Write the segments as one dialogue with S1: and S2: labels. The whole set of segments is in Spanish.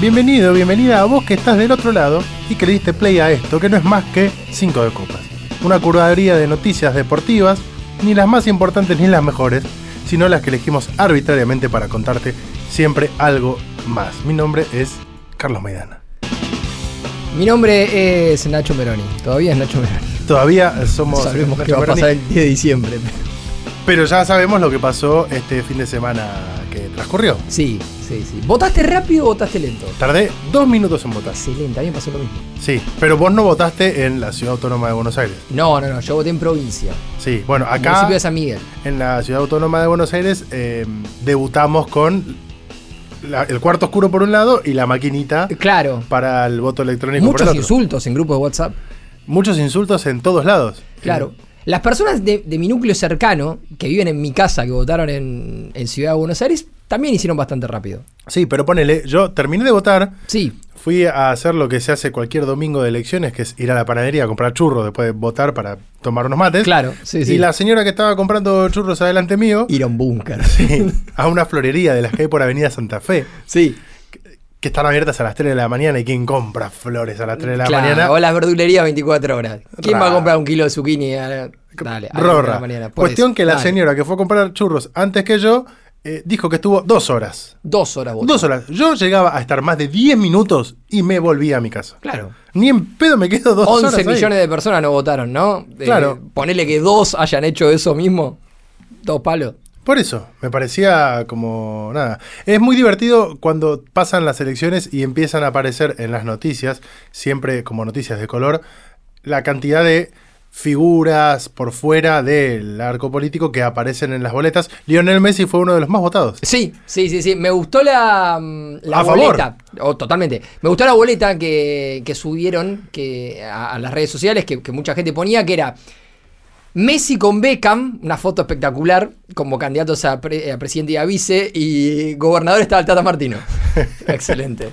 S1: Bienvenido, bienvenida a vos que estás del otro lado y que le diste play a esto, que no es más que 5 de copas. Una curaduría de noticias deportivas, ni las más importantes ni las mejores, sino las que elegimos arbitrariamente para contarte siempre algo más. Mi nombre es Carlos Maidana.
S2: Mi nombre es Nacho Meroni. Todavía es Nacho Meroni.
S1: Todavía somos
S2: Sabemos
S1: Nacho
S2: que va a
S1: Berni,
S2: pasar el 10 de diciembre.
S1: pero ya sabemos lo que pasó este fin de semana que transcurrió.
S2: Sí, sí, sí. ¿Votaste rápido o votaste lento?
S1: Tardé dos minutos en votar.
S2: Excelente, a mí me pasó lo mismo.
S1: Sí, pero vos no votaste en la Ciudad Autónoma de Buenos Aires.
S2: No, no, no, yo voté en provincia.
S1: Sí, bueno,
S2: Acá.
S1: acá
S2: Municipio de San Miguel.
S1: en la Ciudad Autónoma de Buenos Aires eh, debutamos con la- el cuarto oscuro por un lado y la maquinita
S2: Claro.
S1: para el voto electrónico por el
S2: Muchos
S1: otro.
S2: insultos en grupos de WhatsApp.
S1: Muchos insultos en todos lados.
S2: Claro.
S1: Eh,
S2: Las personas de, de mi núcleo cercano, que viven en mi casa, que votaron en, en Ciudad de Buenos Aires, también hicieron bastante rápido.
S1: Sí, pero ponele, yo terminé de votar,
S2: Sí,
S1: fui a hacer lo que se hace cualquier domingo de elecciones, que es ir a la panadería a comprar churros después de votar para tomar unos mates.
S2: claro. Sí, sí.
S1: Y la señora que estaba comprando churros adelante mío,
S2: Ir a un búnker.
S1: a una florería de las que hay por Avenida Santa Fe.
S2: sí.
S1: que están abiertas a las 3 de la mañana y quién compra flores a las 3 de la
S2: Claro,
S1: mañana.
S2: O las verdulerías 24 horas. ¿Quién
S1: Ra.
S2: va a comprar un kilo de zucchini? a la- Dale, a las tres de la
S1: Rorra.
S2: mañana, por
S1: Cuestión
S2: eso.
S1: que la
S2: Dale.
S1: señora que fue a comprar churros antes que yo eh, dijo que estuvo dos horas.
S2: Dos horas votó.
S1: Dos horas. Yo llegaba a estar más de 10 minutos y me volví a mi casa.
S2: Claro.
S1: Ni en pedo me quedo dos
S2: 11
S1: horas. ahí.
S2: millones de personas no votaron, ¿no? Eh,
S1: Claro.
S2: ponele que dos hayan hecho eso mismo. Dos palos.
S1: Por eso, me parecía como nada. Es muy divertido cuando pasan las elecciones y empiezan a aparecer en las noticias, siempre como noticias de color, la cantidad de figuras por fuera del arco político que aparecen en las boletas. Lionel Messi fue uno de los más votados.
S2: Sí, sí, sí, sí. Me gustó la, mm, la
S1: A favor.
S2: boleta. Oh, totalmente. Me gustó la boleta que, que subieron que, a, a las redes sociales que, que mucha gente ponía, que era Messi con Beckham, una foto espectacular, como candidatos a, pre- a presidente y a vice, y gobernador estaba el Tata Martino. Excelente.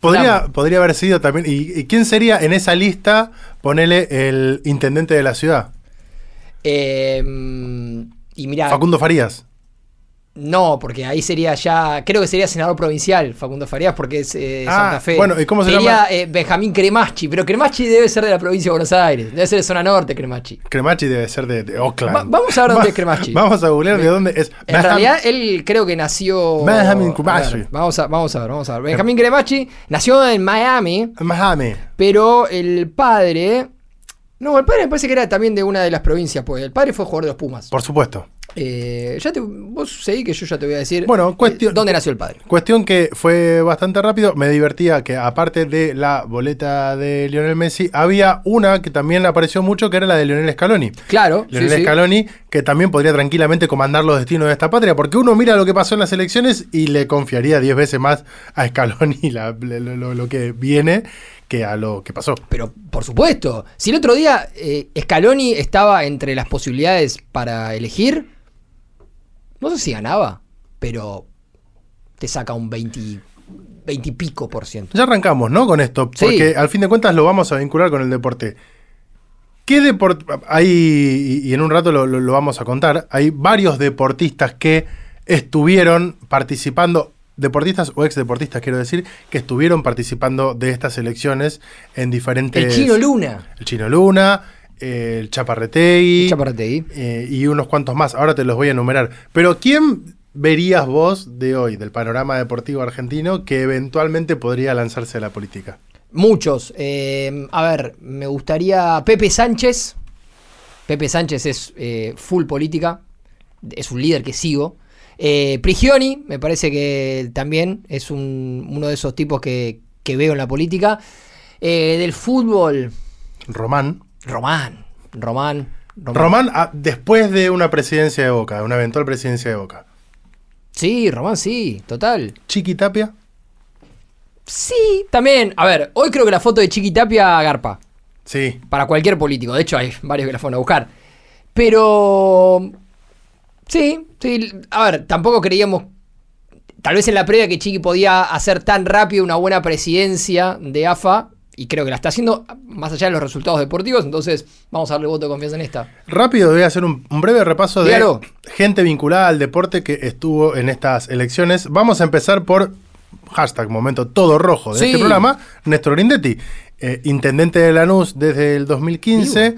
S1: Podría,
S2: Claro.
S1: podría haber sido también. ¿Y, y quién sería en esa lista? Ponele el intendente de la ciudad,
S2: Eh, mm, y mira,
S1: Facundo Farías.
S2: no, porque ahí sería ya, creo que sería senador provincial Facundo Farías, porque es eh,
S1: Ah,
S2: Santa Fe.
S1: bueno, ¿y cómo se
S2: sería,
S1: llama?
S2: eh, Benjamín Cremachi, pero Cremachi debe ser de la provincia de Buenos Aires, debe ser de zona norte Cremachi.
S1: Cremachi debe ser de, de Oakland.
S2: Va- vamos a ver dónde es Cremachi.
S1: Vamos a googlear de dónde es.
S2: En realidad, él creo que nació.
S1: Benjamín Cremachi. Em.
S2: A ver, Vamos a, vamos a ver, vamos a ver. Benjamín Cremachi nació en Miami,
S1: Miami.
S2: pero el padre. No, el padre me parece que era también de una de las provincias, pues. El padre fue jugador de los Pumas.
S1: Por supuesto.
S2: Eh, ya te, vos seguí que yo ya te voy a decir
S1: Bueno,
S2: eh,
S1: cuestión-
S2: dónde nació el padre.
S1: Cuestión que fue bastante rápido. Me divertía que aparte de la boleta de Lionel Messi, había una que también apareció mucho, que era la de Lionel Scaloni.
S2: Claro, sí,
S1: Lionel
S2: sí.
S1: Scaloni, que también podría tranquilamente comandar los destinos de esta patria, porque uno mira lo que pasó en las elecciones y le confiaría 10 veces más a Scaloni la- lo, lo- lo que viene que a lo que pasó.
S2: Pero por supuesto, si el otro día eh, Scaloni estaba entre las posibilidades para elegir, no sé si ganaba, pero te saca un 20, 20 y pico por ciento.
S1: Ya arrancamos, ¿no? Con esto,
S2: Sí.
S1: porque al fin de cuentas lo vamos a vincular con el deporte. ¿Qué deporte? Hay, y en un rato lo, lo- lo vamos a contar, hay varios deportistas que estuvieron participando, deportistas o exdeportistas quiero decir, que estuvieron participando de estas elecciones en diferentes...
S2: El chino Luna.
S1: El Chino Luna, eh, el Chaparretegui,
S2: Chaparrategui.
S1: eh, y unos cuantos más. Ahora te los voy a enumerar. Pero ¿quién verías vos de hoy, del panorama deportivo argentino, que eventualmente podría lanzarse a la política?
S2: Muchos. Eh, a ver, me gustaría Pepe Sánchez. Pepe Sánchez es eh, full política. Es un líder que sigo. Eh, Prigioni, me parece que también es un- uno de esos tipos que, que veo en la política. Eh, del fútbol,
S1: Román.
S2: Román. Román.
S1: Román, ah, después de una presidencia de Boca, de una eventual presidencia de Boca.
S2: Sí, Román, sí, total.
S1: Chiqui Tapia.
S2: Sí, también. A ver, hoy creo que la foto de Chiqui Tapia garpa.
S1: Sí.
S2: para cualquier político. De hecho, hay varios que la fueron a buscar. Pero. Sí, sí. A ver, tampoco creíamos. Tal vez en la previa que Chiqui podía hacer tan rápido una buena presidencia de AFA. Y creo que la está haciendo más allá de los resultados deportivos. Entonces, vamos a darle voto de confianza en esta.
S1: Rápido voy a hacer un, un breve repaso de
S2: Dígalo.
S1: gente vinculada al deporte que estuvo en estas elecciones. Vamos a empezar por hashtag momento todo rojo de
S2: Sí.
S1: este programa, Néstor Grindetti, eh, intendente de Lanús desde el 2015,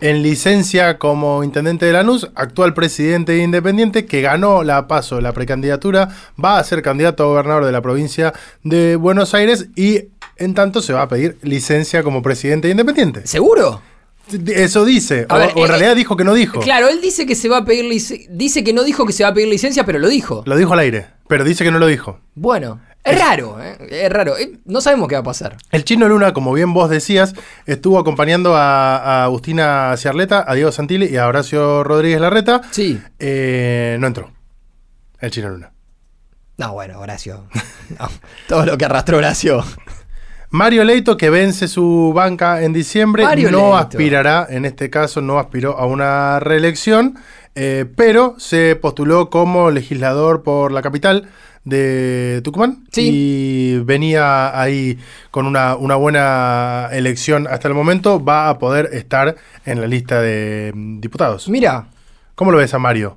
S1: en licencia como intendente de Lanús, actual presidente de Independiente, que ganó la paso, la precandidatura, va a ser candidato a gobernador de la provincia de Buenos Aires y en tanto se va a pedir licencia como presidente de Independiente.
S2: ¿Seguro?
S1: Eso dice,
S2: A
S1: o,
S2: ver,
S1: o en
S2: eh,
S1: realidad dijo que no dijo.
S2: Claro, él dice que se va a pedir lic- dice que no dijo que se va a pedir licencia, pero lo dijo.
S1: Lo dijo al aire, pero dice que no lo dijo.
S2: Bueno, es raro, ¿eh? es raro. Eh, No sabemos qué va a pasar.
S1: El chino Luna, como bien vos decías, estuvo acompañando a, a Agustina Ciarleta, a Diego Santilli y a Horacio Rodríguez Larreta.
S2: Sí.
S1: Eh, no entró. El chino Luna.
S2: No, bueno, Horacio. No, todo lo que arrastró Horacio.
S1: Mario Leito, que vence su banca en diciembre,
S2: Mario
S1: no
S2: Leito.
S1: aspirará, en este caso no aspiró a una reelección, eh, pero se postuló como legislador por la capital de Tucumán y venía ahí con una, una buena elección hasta el momento, va a poder estar en la lista de mm, diputados.
S2: Mira,
S1: ¿Cómo lo ves a Mario?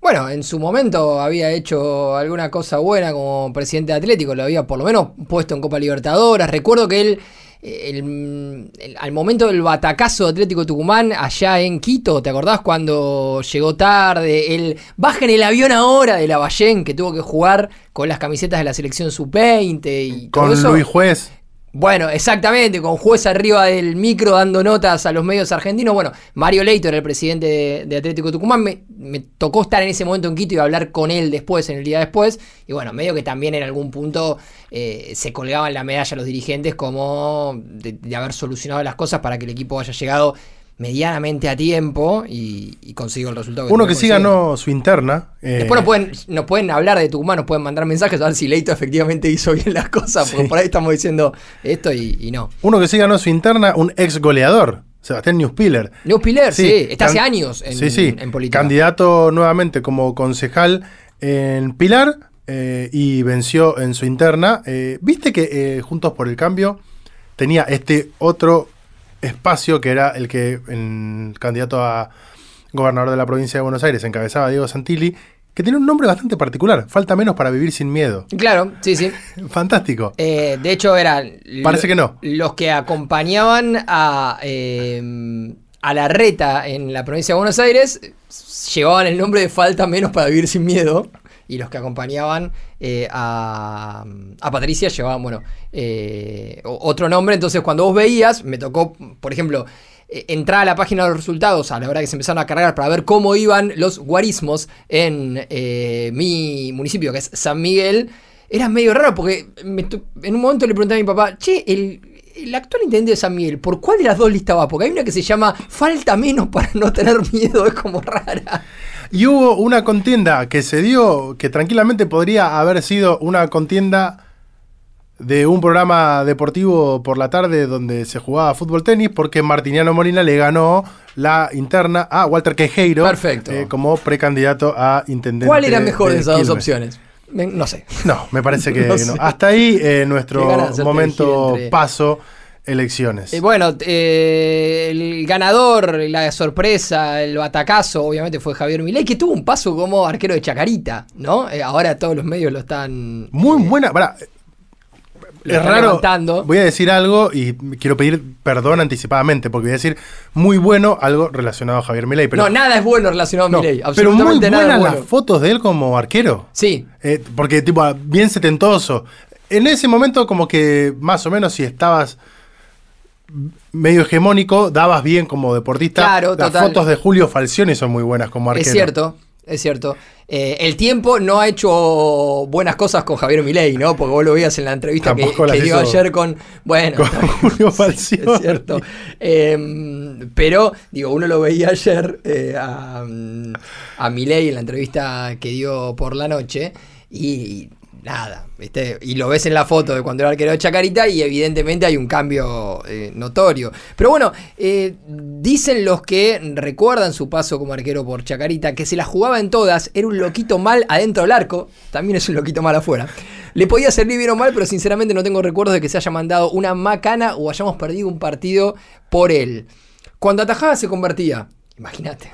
S2: bueno, en su momento había hecho alguna cosa buena como presidente de Atlético, lo había por lo menos puesto en Copa Libertadores. Recuerdo que él, eh, el- el- al momento del batacazo de Atlético Tucumán, allá en Quito, ¿te acordás cuando llegó tarde? Él baja en el avión ahora de Lavallén, que tuvo que jugar con las camisetas de la selección sub-20 y todo
S1: Con
S2: eso.
S1: Luis Juez.
S2: Bueno, exactamente, con juez arriba del micro dando notas a los medios argentinos. Bueno, Mario Leito era el presidente de, de Atlético Tucumán. Me, me tocó estar en ese momento en Quito y hablar con él después, en el día después. Y bueno, medio que también en algún punto eh, se colgaban la medalla los dirigentes como de, de haber solucionado las cosas para que el equipo haya llegado medianamente a tiempo y, y consiguió el resultado.
S1: Uno
S2: terminó
S1: que sí
S2: consiguiendo.
S1: ganó su interna. eh,
S2: Después nos pueden, nos pueden hablar de Tucumán, nos pueden mandar mensajes a ver si Leito efectivamente hizo bien las cosas, porque
S1: Sí.
S2: por ahí estamos diciendo esto y, y no.
S1: Uno que sí ganó su interna, un ex goleador, Sebastián Newspiller.
S2: News Pilar, sí, está hace
S1: Can-
S2: años en,
S1: Sí, sí.
S2: en política.
S1: Candidato nuevamente como concejal en Pilar eh, y venció en su interna. Eh, Viste que eh, Juntos por el Cambio tenía este otro espacio que era el que el candidato a gobernador de la provincia de Buenos Aires encabezaba Diego Santilli, que tiene un nombre bastante particular. Falta menos para vivir sin miedo.
S2: Claro, sí, sí.
S1: Fantástico.
S2: Eh, de hecho, eran
S1: Parece que no.
S2: los que acompañaban a, eh, a la reta en la provincia de Buenos Aires, llevaban el nombre de Falta Menos para Vivir Sin Miedo. Y los que acompañaban eh, a, a Patricia llevaban, bueno, eh, o- otro nombre. Entonces, cuando vos veías, me tocó, por ejemplo, eh, entrar a la página de los resultados a la hora que se empezaron a cargar para ver cómo iban los guarismos en eh, mi municipio, que es San Miguel. Era medio raro porque me tu- en un momento le pregunté a mi papá, che, el, el actual intendente de San Miguel, ¿por cuál de las dos listas va? Porque hay una que se llama Falta menos para no tener miedo, es como rara.
S1: Y hubo una contienda que se dio, que tranquilamente podría haber sido una contienda de un programa deportivo por la tarde donde se jugaba fútbol tenis, porque Martiniano Molina le ganó la interna a Walter Quejeiro
S2: Perfecto.
S1: eh, como precandidato a intendente.
S2: ¿Cuál era mejor de esas dos
S1: Quilmes.
S2: opciones? Me- No sé.
S1: No, me parece que
S2: No
S1: no.
S2: sé.
S1: Hasta ahí eh,
S2: Qué ganas de
S1: nuestro
S2: hacerte
S1: momento
S2: elegir entre-
S1: paso elecciones.
S2: Eh, bueno, eh, el ganador, la sorpresa, el batacazo, obviamente fue Javier Milei, que tuvo un paso como arquero de Chacarita, ¿no? Eh, ahora todos los medios lo están...
S1: Muy buena. pará,
S2: Lo
S1: es
S2: están
S1: raro.
S2: levantando.
S1: Voy a decir algo y quiero pedir perdón anticipadamente, porque voy a decir muy bueno algo relacionado a Javier Milei. Pero,
S2: no, nada es bueno relacionado a
S1: no,
S2: Milei,
S1: pero muy buenas
S2: absolutamente nada es
S1: las
S2: bueno.
S1: fotos de él como arquero.
S2: Sí,
S1: Eh, porque, tipo, ah, bien setentoso. En ese momento, como que más o menos, si estabas medio hegemónico, dabas bien como deportista.
S2: Claro,
S1: Las
S2: total.
S1: fotos de Julio Falcioni son muy buenas como arquero.
S2: Es cierto, es cierto. Eh, el tiempo no ha hecho buenas cosas con Javier Milei, ¿no? Porque vos lo veías en la entrevista que,
S1: Tampoco las
S2: que dio
S1: hizo
S2: ayer con. Bueno,
S1: Con Julio
S2: sí,
S1: Falcioni.
S2: es cierto. Eh, pero, digo, uno lo veía ayer eh, a, mm, a Milei en la entrevista que dio por la noche y. y Nada, ¿viste? Y lo ves en la foto de cuando era arquero de Chacarita y evidentemente hay un cambio eh, notorio. Pero bueno, eh, dicen los que recuerdan su paso como arquero por Chacarita que se la jugaba en todas, era un loquito mal adentro del arco, también es un loquito mal afuera. Le podía servir bien o mal, pero sinceramente no tengo recuerdos de que se haya mandado una macana o hayamos perdido un partido por él. Cuando atajaba se convertía, imagínate.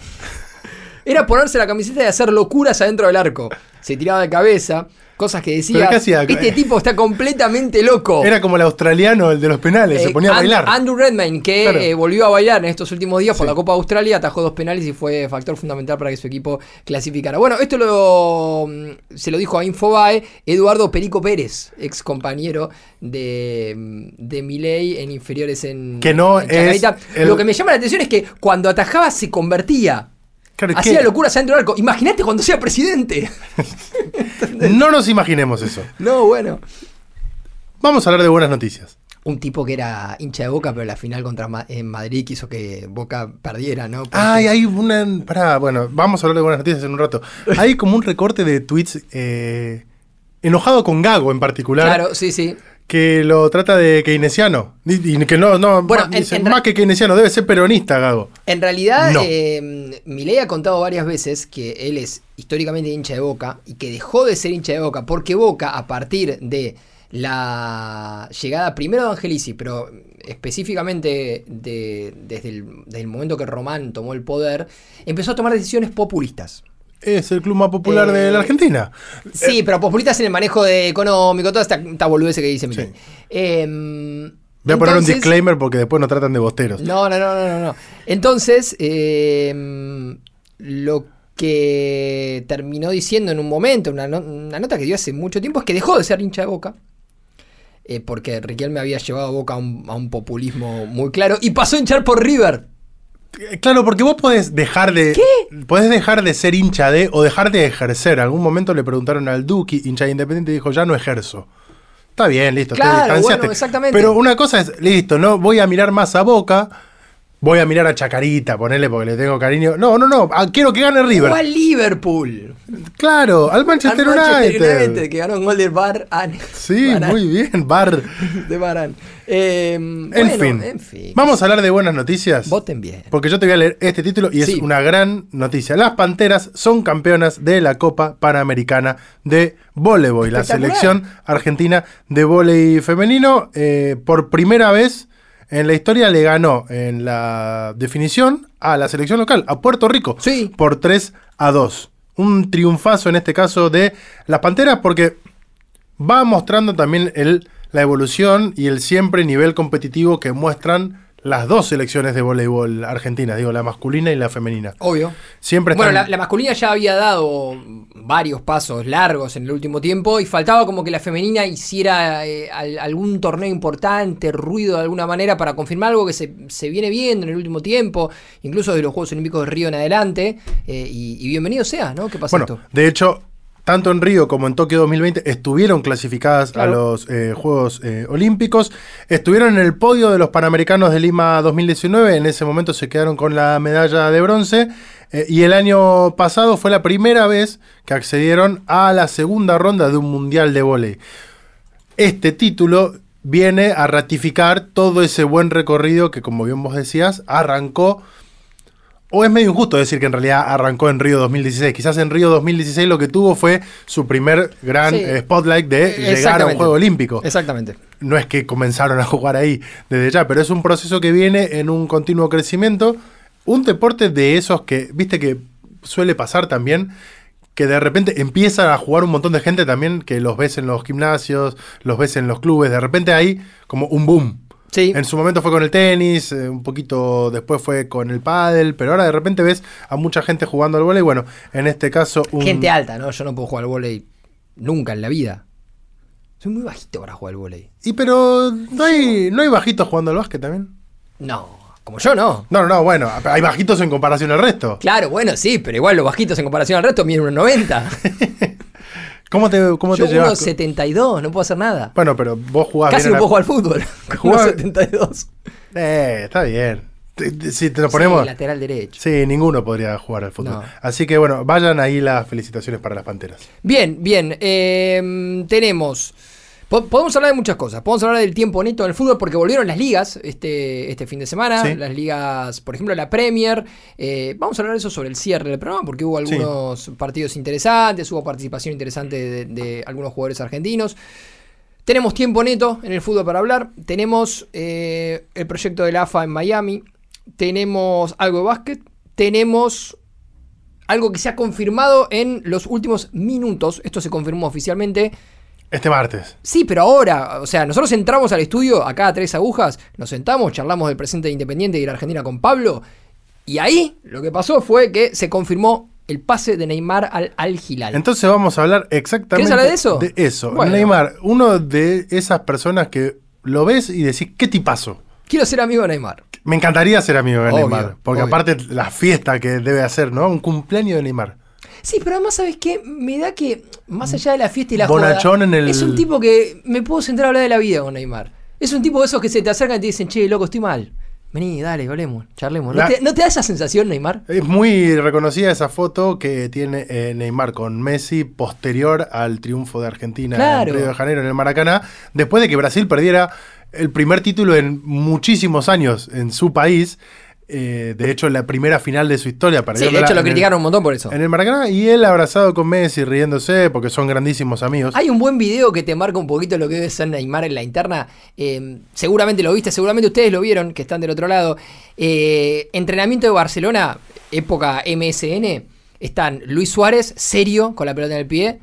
S2: Era ponerse la camiseta y hacer locuras adentro del arco. se tiraba de cabeza, cosas que decía,
S1: Pero ¿qué hacía?
S2: este tipo está completamente loco.
S1: Era como el australiano, el de los penales, se
S2: Eh,
S1: ponía a
S2: And-
S1: bailar.
S2: Andrew Redmayne, que
S1: Claro.
S2: eh, volvió a bailar en estos últimos días por
S1: Sí.
S2: la Copa de Australia, atajó dos penales y fue factor fundamental para que su equipo clasificara. Bueno, esto lo mm, se lo dijo a Infobae Eduardo Perico Pérez, ex compañero de, mm, de Milei en inferiores en
S1: Que no
S2: en Chacarita.
S1: es el-
S2: Lo que me llama la atención es que cuando atajaba se convertía.
S1: Claro,
S2: Hacía
S1: ¿qué?
S2: locuras dentro del arco. Imagínate cuando sea presidente.
S1: No nos imaginemos eso.
S2: No, bueno.
S1: Vamos a hablar de buenas noticias.
S2: Un tipo que era hincha de Boca, pero la final contra Ma- en Madrid quiso que Boca perdiera, ¿no? Porque-
S1: Ay, hay una. Pará, bueno, vamos a hablar de buenas noticias en un rato. Hay como un recorte de tweets eh, enojado con Gago en particular,
S2: Claro, sí, sí.
S1: que lo trata de keynesiano. Y y que no, no,
S2: Bueno,
S1: más,
S2: en-
S1: dicen,
S2: en ra-
S1: más que keynesiano, debe ser peronista, Gago.
S2: En realidad,
S1: No.
S2: eh, Milei ha contado varias veces que él es históricamente hincha de Boca y que dejó de ser hincha de Boca porque Boca, a partir de la llegada primero de Angelici, pero específicamente de- desde, el, desde el momento que Román tomó el poder, empezó a tomar decisiones populistas.
S1: Es el club más popular
S2: Eh,
S1: de la Argentina.
S2: Sí, pero populistas en el manejo de económico, toda esta, esta boludez que dice Milei.
S1: Sí.
S2: Em,
S1: Voy a poner un
S2: entonces-
S1: disclaimer porque después nos tratan de bosteros.
S2: No, no, no, no, no, no. Entonces, eh, lo que terminó diciendo en un momento, una, no- una nota que dio hace mucho tiempo, es que dejó de ser hincha de Boca. eh, porque Riquelme había llevado a Boca a un, a un populismo muy claro y pasó a hinchar por River.
S1: Eh, Claro, porque vos podés dejar de. Podés dejar de ser hincha de o dejar de ejercer. Algún momento le preguntaron al Duki, hincha de independiente, y dijo, ya no ejerzo. Está bien, listo,
S2: Claro,
S1: te distanciaste.
S2: bueno, exactamente.
S1: Pero una cosa es, listo, no voy a mirar más a Boca, voy a mirar a Chacarita, ponele porque le tengo cariño. No, no, no, ah, quiero que gane River.
S2: Fue a Liverpool.
S1: Claro, al
S2: Al
S1: Manchester,
S2: Manchester
S1: United.
S2: United, que ganó un gol de Bar
S1: Sí, muy bien, Bar.
S2: De Barán. Eh,
S1: En,
S2: bueno,
S1: fin.
S2: en fin.
S1: vamos a hablar de buenas noticias.
S2: Voten bien.
S1: Porque yo te voy a leer este título y
S2: Sí.
S1: es una gran noticia. Las Panteras son campeonas de la Copa Panamericana de Voleibol. La
S2: Espectacular.
S1: selección argentina de voleibol femenino eh, por primera vez en la historia le ganó en la definición a la selección local, a Puerto Rico,
S2: Sí.
S1: por 3 a 2. Un triunfazo en este caso de las Panteras porque va mostrando también el, la evolución y el siempre nivel competitivo que muestran las dos selecciones de voleibol argentinas, digo, la masculina y la femenina.
S2: Obvio.
S1: Siempre están...
S2: Bueno, la, la masculina ya había dado varios pasos largos en el último tiempo y faltaba como que la femenina hiciera eh, al- algún torneo importante, ruido de alguna manera para confirmar algo que se, se viene viendo en el último tiempo, incluso de los Juegos Olímpicos de Río en adelante. eh, y, y bienvenido sea, ¿no? ¿Qué pasa
S1: Bueno,
S2: esto?
S1: de hecho, tanto en Río como en Tokio 2020 estuvieron clasificadas
S2: Claro.
S1: a los eh, Juegos eh, Olímpicos, estuvieron en el podio de los Panamericanos de Lima 2019, en ese momento se quedaron con la medalla de bronce, eh, y el año pasado fue la primera vez que accedieron a la segunda ronda de un Mundial de Volei. Este título viene a ratificar todo ese buen recorrido que, como bien vos decías, arrancó o es medio injusto decir que en realidad arrancó en Río 2016. Quizás en Río 2016 lo que tuvo fue su primer gran
S2: Sí.
S1: eh, spotlight de llegar a un
S2: Exactamente.
S1: Juego Olímpico.
S2: Exactamente.
S1: No es que comenzaron a jugar ahí desde ya, pero es un proceso que viene en un continuo crecimiento. Un deporte de esos que, viste que suele pasar también, que de repente empiezan a jugar un montón de gente también, que los ves en los gimnasios, los ves en los clubes, de repente hay como un boom.
S2: Sí.
S1: En su momento fue con el tenis, eh, un poquito después fue con el pádel, pero ahora de repente ves a mucha gente jugando al vóley. Bueno, en este caso un
S2: Gente alta, ¿no? Yo no puedo jugar al volei nunca en la vida. Soy muy bajito para jugar al volei.
S1: y pero no hay no hay bajitos jugando al básquet también.
S2: No, como yo no.
S1: No, no, no, bueno, hay bajitos en comparación al resto.
S2: Claro, bueno, sí, pero igual los bajitos en comparación al resto miden 1,90.
S1: ¿Cómo te cómo
S2: Yo
S1: te llevas?
S2: 1,72, no puedo hacer nada.
S1: Bueno, pero vos jugás
S2: Casi
S1: bien
S2: no
S1: a
S2: puedo jugar al fútbol. Con
S1: Jugá-
S2: 1,72.
S1: la- Eh, está bien. Te- te- Si te lo ponemos
S2: Sí, lateral derecho.
S1: Sí, ninguno podría jugar al fútbol.
S2: No.
S1: Así que bueno, vayan ahí las felicitaciones para las Panteras.
S2: Bien, bien. eh, tenemos. po- Podemos hablar de muchas cosas. Podemos hablar del tiempo neto del fútbol porque volvieron las ligas este, este fin de semana.
S1: Sí.
S2: Las ligas, por ejemplo, la Premier. eh, vamos a hablar de eso sobre el cierre del programa porque hubo
S1: Sí.
S2: algunos partidos interesantes, hubo participación interesante de- de algunos jugadores argentinos. Tenemos tiempo neto en el fútbol para hablar. Tenemos eh, el proyecto del AFA en Miami. Tenemos algo de básquet. Tenemos algo que se ha confirmado en los últimos minutos. Esto se confirmó oficialmente.
S1: Este martes.
S2: Sí, pero ahora, o sea, nosotros entramos al estudio, acá a tres agujas, nos sentamos, charlamos del presente de Independiente y de la Argentina con Pablo, y ahí lo que pasó fue que se confirmó el pase de Neymar al Al Hilal.
S1: Entonces vamos a hablar exactamente
S2: ¿Quieres hablar de eso?
S1: de eso.
S2: Bueno.
S1: Neymar, uno de esas personas que lo ves y decís, qué tipazo.
S2: Quiero ser amigo de Neymar.
S1: Me encantaría ser amigo de
S2: Obvio,
S1: Neymar. Porque
S2: obvio.
S1: aparte la fiesta que debe hacer, ¿no? Un cumpleaños de Neymar.
S2: Sí, pero además, ¿sabes qué? Me da que, más allá de la fiesta y la
S1: Mm. Bonachón
S2: joda,
S1: en el-
S2: es un tipo que me puedo sentar a hablar de la vida con Neymar. Es un tipo de esos que se te acercan y te dicen, che, loco, estoy mal. Vení, dale, hablemos, charlemos. ¿No,
S1: La-
S2: te, no te da esa sensación, Neymar?
S1: Es muy reconocida esa foto que tiene eh, Neymar con Messi posterior al triunfo de Argentina
S2: Claro.
S1: en Río de Janeiro en el Maracaná, después de que Brasil perdiera el primer título en muchísimos años en su país. Eh, de hecho, la primera final de su historia.
S2: Sí, de
S1: perdiéndola
S2: hecho lo
S1: en el-
S2: criticaron un montón por eso.
S1: En el Maracaná y él abrazado con Messi riéndose porque son grandísimos amigos.
S2: Hay un buen video que te marca un poquito lo que debe ser Neymar en la interna. Eh, seguramente lo viste, seguramente ustedes lo vieron, que están del otro lado. Eh, entrenamiento de Barcelona, época MSN. Están Luis Suárez, serio, con la pelota en el pie.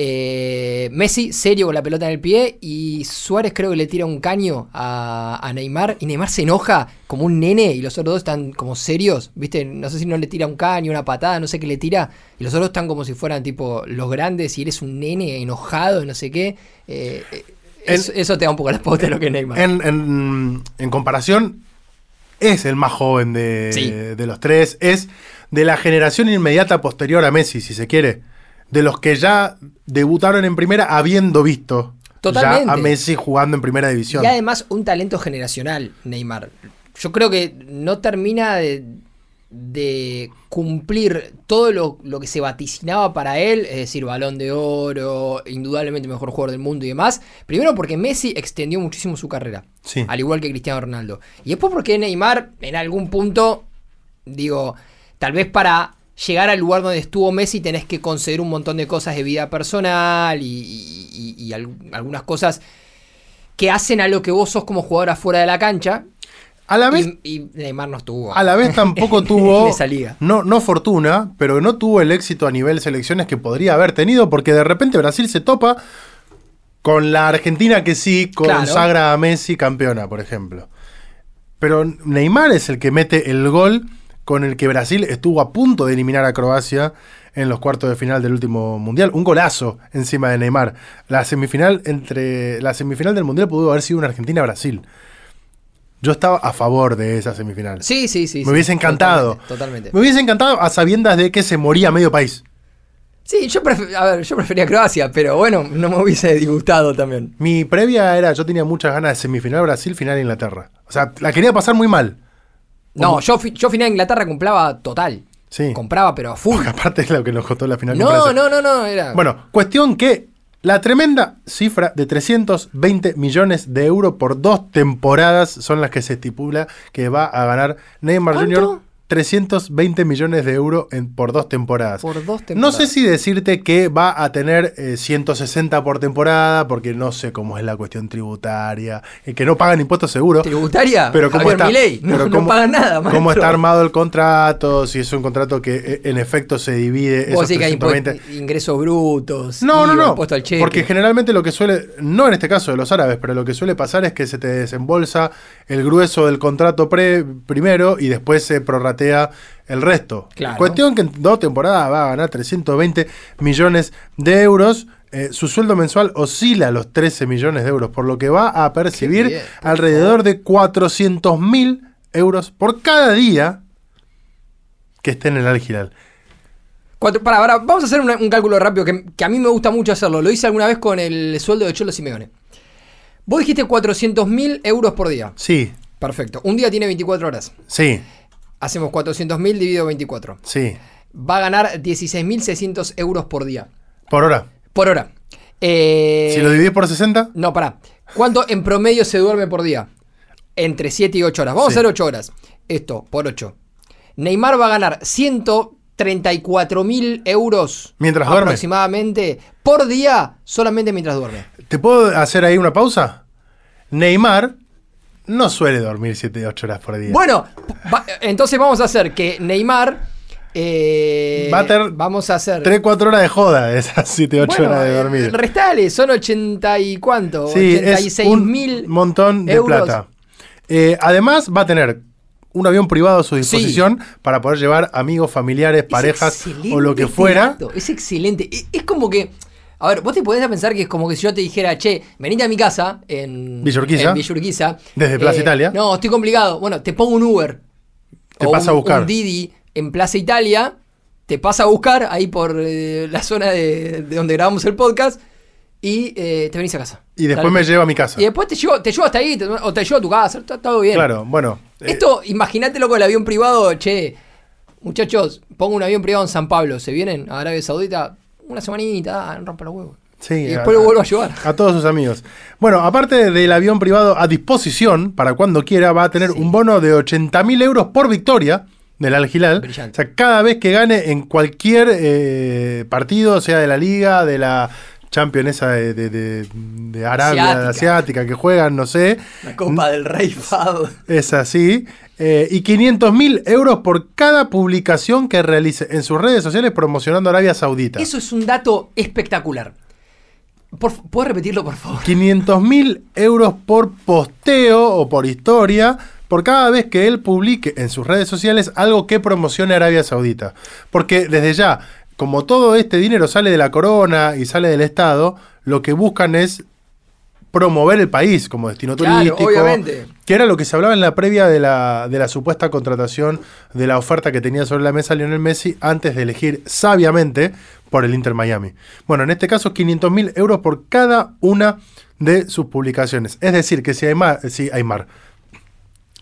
S2: Eh, Messi, serio, con la pelota en el pie. Y Suárez creo que le tira un caño a, a Neymar. Y Neymar se enoja como un nene. Y los otros dos están como serios. ¿Viste? No sé si no le tira un caño, una patada, no sé qué le tira. Y los otros están como si fueran tipo los grandes. Y eres un nene enojado, no sé qué. Eh, eh,
S1: En-
S2: eso, eso te da un poco la pauta de lo que es Neymar.
S1: En, en- en comparación, es el más joven de,
S2: Sí.
S1: de los tres. Es de la generación inmediata posterior a Messi, si se quiere. De los que ya debutaron en primera habiendo visto
S2: Totalmente.
S1: ya a Messi jugando en primera división.
S2: Y además un talento generacional, Neymar. Yo creo que no termina de, de cumplir todo lo, lo que se vaticinaba para él, es decir, balón de oro, indudablemente mejor jugador del mundo y demás. Primero porque Messi extendió muchísimo su carrera,
S1: Sí.
S2: al igual que Cristiano Ronaldo. Y después porque Neymar, en algún punto, digo, tal vez para... Llegar al lugar donde estuvo Messi tenés que conceder un montón de cosas de vida personal y, y- y- y al- algunas cosas que hacen a lo que vos sos como jugador afuera de la cancha.
S1: A la vez,
S2: Y, y Neymar no estuvo.
S1: a la vez tampoco tuvo.
S2: En esa liga.
S1: No, no fortuna, pero no tuvo el éxito a nivel selecciones que podría haber tenido, porque de repente Brasil se topa con la Argentina que sí
S2: Claro.
S1: consagra a Messi campeona, por ejemplo. Pero Neymar es el que mete el gol con el que Brasil estuvo a punto de eliminar a Croacia en los cuartos de final del último mundial. Un golazo encima de Neymar. La semifinal, entre, la semifinal del mundial pudo haber sido una Argentina-Brasil. Yo estaba a favor de esa semifinal.
S2: Sí, sí, sí.
S1: Me
S2: sí.
S1: hubiese encantado.
S2: Totalmente. totalmente.
S1: Me hubiese encantado a sabiendas de que se moría medio país.
S2: Sí, yo, prefe- a ver, yo prefería Croacia, pero bueno, no me hubiese disgustado también.
S1: Mi previa era, yo tenía muchas ganas de semifinal Brasil, final Inglaterra. O sea, la quería pasar muy mal.
S2: No, yo, fi- yo final de Inglaterra compraba total.
S1: Sí.
S2: Compraba, pero a full.
S1: Porque aparte es lo que nos costó la final. con
S2: No,
S1: Francia.
S2: no, no, no. Era...
S1: Bueno, cuestión que la tremenda cifra de 320 millones de euros por dos temporadas son las que se estipula que va a ganar Neymar
S2: ¿Cuánto?
S1: Jr. 320 millones de euros en- por dos temporadas.
S2: por dos
S1: No
S2: temporadas.
S1: sé si decirte que va a tener eh, 160 por temporada, porque no sé cómo es la cuestión tributaria, y que no pagan impuestos seguro.
S2: Tributaria,
S1: Pero cómo
S2: Javier
S1: está,
S2: Milei, no,
S1: pero
S2: no
S1: cómo-
S2: pagan nada,
S1: ¿Cómo
S2: maestro.
S1: está armado el contrato? Si es un contrato que eh, en efecto se divide. esos
S2: Vos decís que hay
S1: 320.
S2: impu- ingresos brutos,
S1: No, no,
S2: IVA,
S1: no.
S2: impuesto al cheque.
S1: Porque generalmente lo que suele, no en este caso de los árabes, pero lo que suele pasar es que se te desembolsa el grueso del contrato pre- primero y después se prorratea el resto.
S2: Claro.
S1: Cuestión que en dos temporadas va a ganar 320 millones de euros. Eh, su sueldo mensual oscila a los 13 millones de euros, por lo que va a percibir
S2: bien, por
S1: alrededor de 400 mil euros por cada día que esté en el Al Hilal.
S2: Cuatro- pará, pará, vamos a hacer una- un cálculo rápido que, que a mí me gusta mucho hacerlo. Lo hice alguna vez con el sueldo de Cholo Simeone. Vos dijiste 400 mil euros por día.
S1: Sí,
S2: Perfecto. Un día tiene 24 horas.
S1: sí,
S2: Hacemos 400 mil dividido 24.
S1: sí.
S2: Va a ganar 16.600 euros por día.
S1: Por hora.
S2: Por hora. Eh,
S1: Si lo dividís por 60,
S2: No, pará. ¿Cuánto en promedio se duerme por día? Entre 7 y 8 horas. Vamos
S1: Sí.
S2: a hacer 8 horas. Esto, por 8. Neymar va a ganar 134 mil euros
S1: Mientras duerme.
S2: aproximadamente por día solamente mientras duerme.
S1: ¿te puedo hacer ahí una pausa? Neymar no suele dormir 7 8 horas por día.
S2: Bueno, va- entonces vamos a hacer que Neymar... eh, eh,
S1: Va a tener
S2: vamos a hacer.
S1: 3, 4 horas de joda de esas 7, 8
S2: Bueno,
S1: horas de
S2: eh,
S1: dormir.
S2: Restale, son 80 y cuánto,
S1: Sí, es
S2: 86
S1: un
S2: mil.
S1: montón de
S2: euros.
S1: plata. Eh, además, va a tener un avión privado a su disposición para poder llevar amigos, familiares, parejas o lo que fuera.
S2: es excelente. E- Es como que. A ver, vos te podés pensar que es como que si yo te dijera, che, venite a mi casa en
S1: Villa Urquiza.
S2: en Villa Urquiza.
S1: Desde Plaza Italia.
S2: No, estoy complicado. Bueno, te pongo un Uber.
S1: Te
S2: o
S1: pasa
S2: un-
S1: a buscar.
S2: Un Didi en Plaza Italia. Te pasa a buscar ahí por eh, la zona de, de donde grabamos el podcast. Y eh, te venís a casa.
S1: Y después
S2: Tal-
S1: me lleva a mi casa.
S2: Y después te llevo, te llevo hasta ahí, te- o te llevo a tu casa, está todo bien.
S1: Claro, bueno. eh,
S2: Esto, imagínatelo con el avión privado, che. Muchachos, pongo un avión privado en San Pablo, ¿se vienen a Arabia Saudita? Una semanita, ah, no rompa los huevos.
S1: sí,
S2: y después lo vuelvo a llevar.
S1: a todos sus amigos. Bueno, aparte del avión privado a disposición, para cuando quiera, va a tener un bono de 80 mil euros por victoria del Al Hilal.
S2: Brillante.
S1: O sea, cada vez que gane en cualquier eh, partido, sea de la Liga, de la Championesa de, de- de- de Arabia, de
S2: Asiática.
S1: la asiática, que juegan, no sé.
S2: La Copa del Rey Fado.
S1: Es así. Eh, y 500 mil euros por cada publicación que realice en sus redes sociales promocionando Arabia Saudita.
S2: Eso es un dato espectacular. Por, f- ¿Puedes repetirlo, por favor?
S1: 500 mil euros por posteo o por historia por cada vez que él publique en sus redes sociales algo que promocione Arabia Saudita. Porque desde ya, como todo este dinero sale de la corona y sale del Estado, lo que buscan es promover el país como destino
S2: Claro,
S1: turístico.
S2: obviamente.
S1: Que era lo que se hablaba en la previa de la, de la supuesta contratación de la oferta que tenía sobre la mesa Lionel Messi antes de elegir sabiamente por el Inter Miami. Bueno, en este caso 500 mil euros por cada una de sus publicaciones. Es decir, que si Aymar, si Aymar,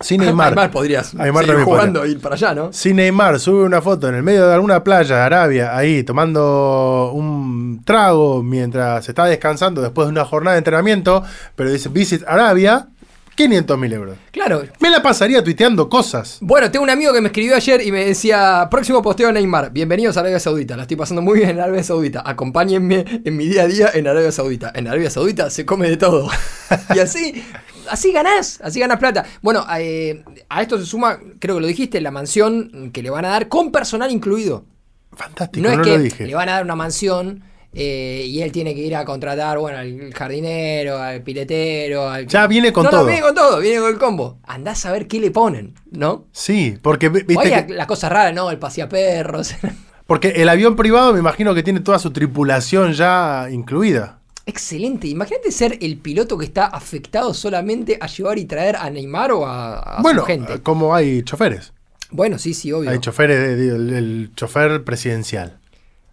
S1: si Neymar,
S2: Aymar podrías
S1: Aymar
S2: seguir
S1: también
S2: jugando e ir para allá, ¿no?
S1: si Neymar sube una foto en el medio de alguna playa de Arabia, ahí tomando un trago mientras está descansando después de una jornada de entrenamiento, pero dice Visit Arabia, 500 mil euros.
S2: Claro.
S1: Me la pasaría tuiteando cosas.
S2: Bueno, tengo un amigo que me escribió ayer y me decía, próximo posteo Neymar, bienvenidos a Arabia Saudita, la estoy pasando muy bien en Arabia Saudita, acompáñenme en mi día a día en Arabia Saudita. En Arabia Saudita se come de todo. y así, así ganás, así ganás plata. Bueno, eh, a esto se suma, creo que lo dijiste, la mansión que le van a dar con personal incluido.
S1: Fantástico,
S2: No
S1: no,
S2: es que
S1: lo dije.
S2: le van a dar una mansión eh, y él tiene que ir a contratar, bueno, al jardinero, al piletero, al...
S1: Ya viene con
S2: No, no,
S1: todo.
S2: viene con todo, viene con el combo. Andás a ver qué le ponen, ¿no?
S1: Sí, porque, vi-
S2: Oye,
S1: viste que-
S2: la cosa rara, ¿no? El paseaperros.
S1: porque el avión privado me imagino que tiene toda su tripulación ya incluida.
S2: Excelente. Imagínate ser el piloto que está afectado solamente a llevar y traer a Neymar o a, a Ah, su
S1: bueno, eh,
S2: gente.
S1: como hay choferes.
S2: Bueno, sí, sí, obvio.
S1: Hay choferes, de- de- el, el chofer presidencial.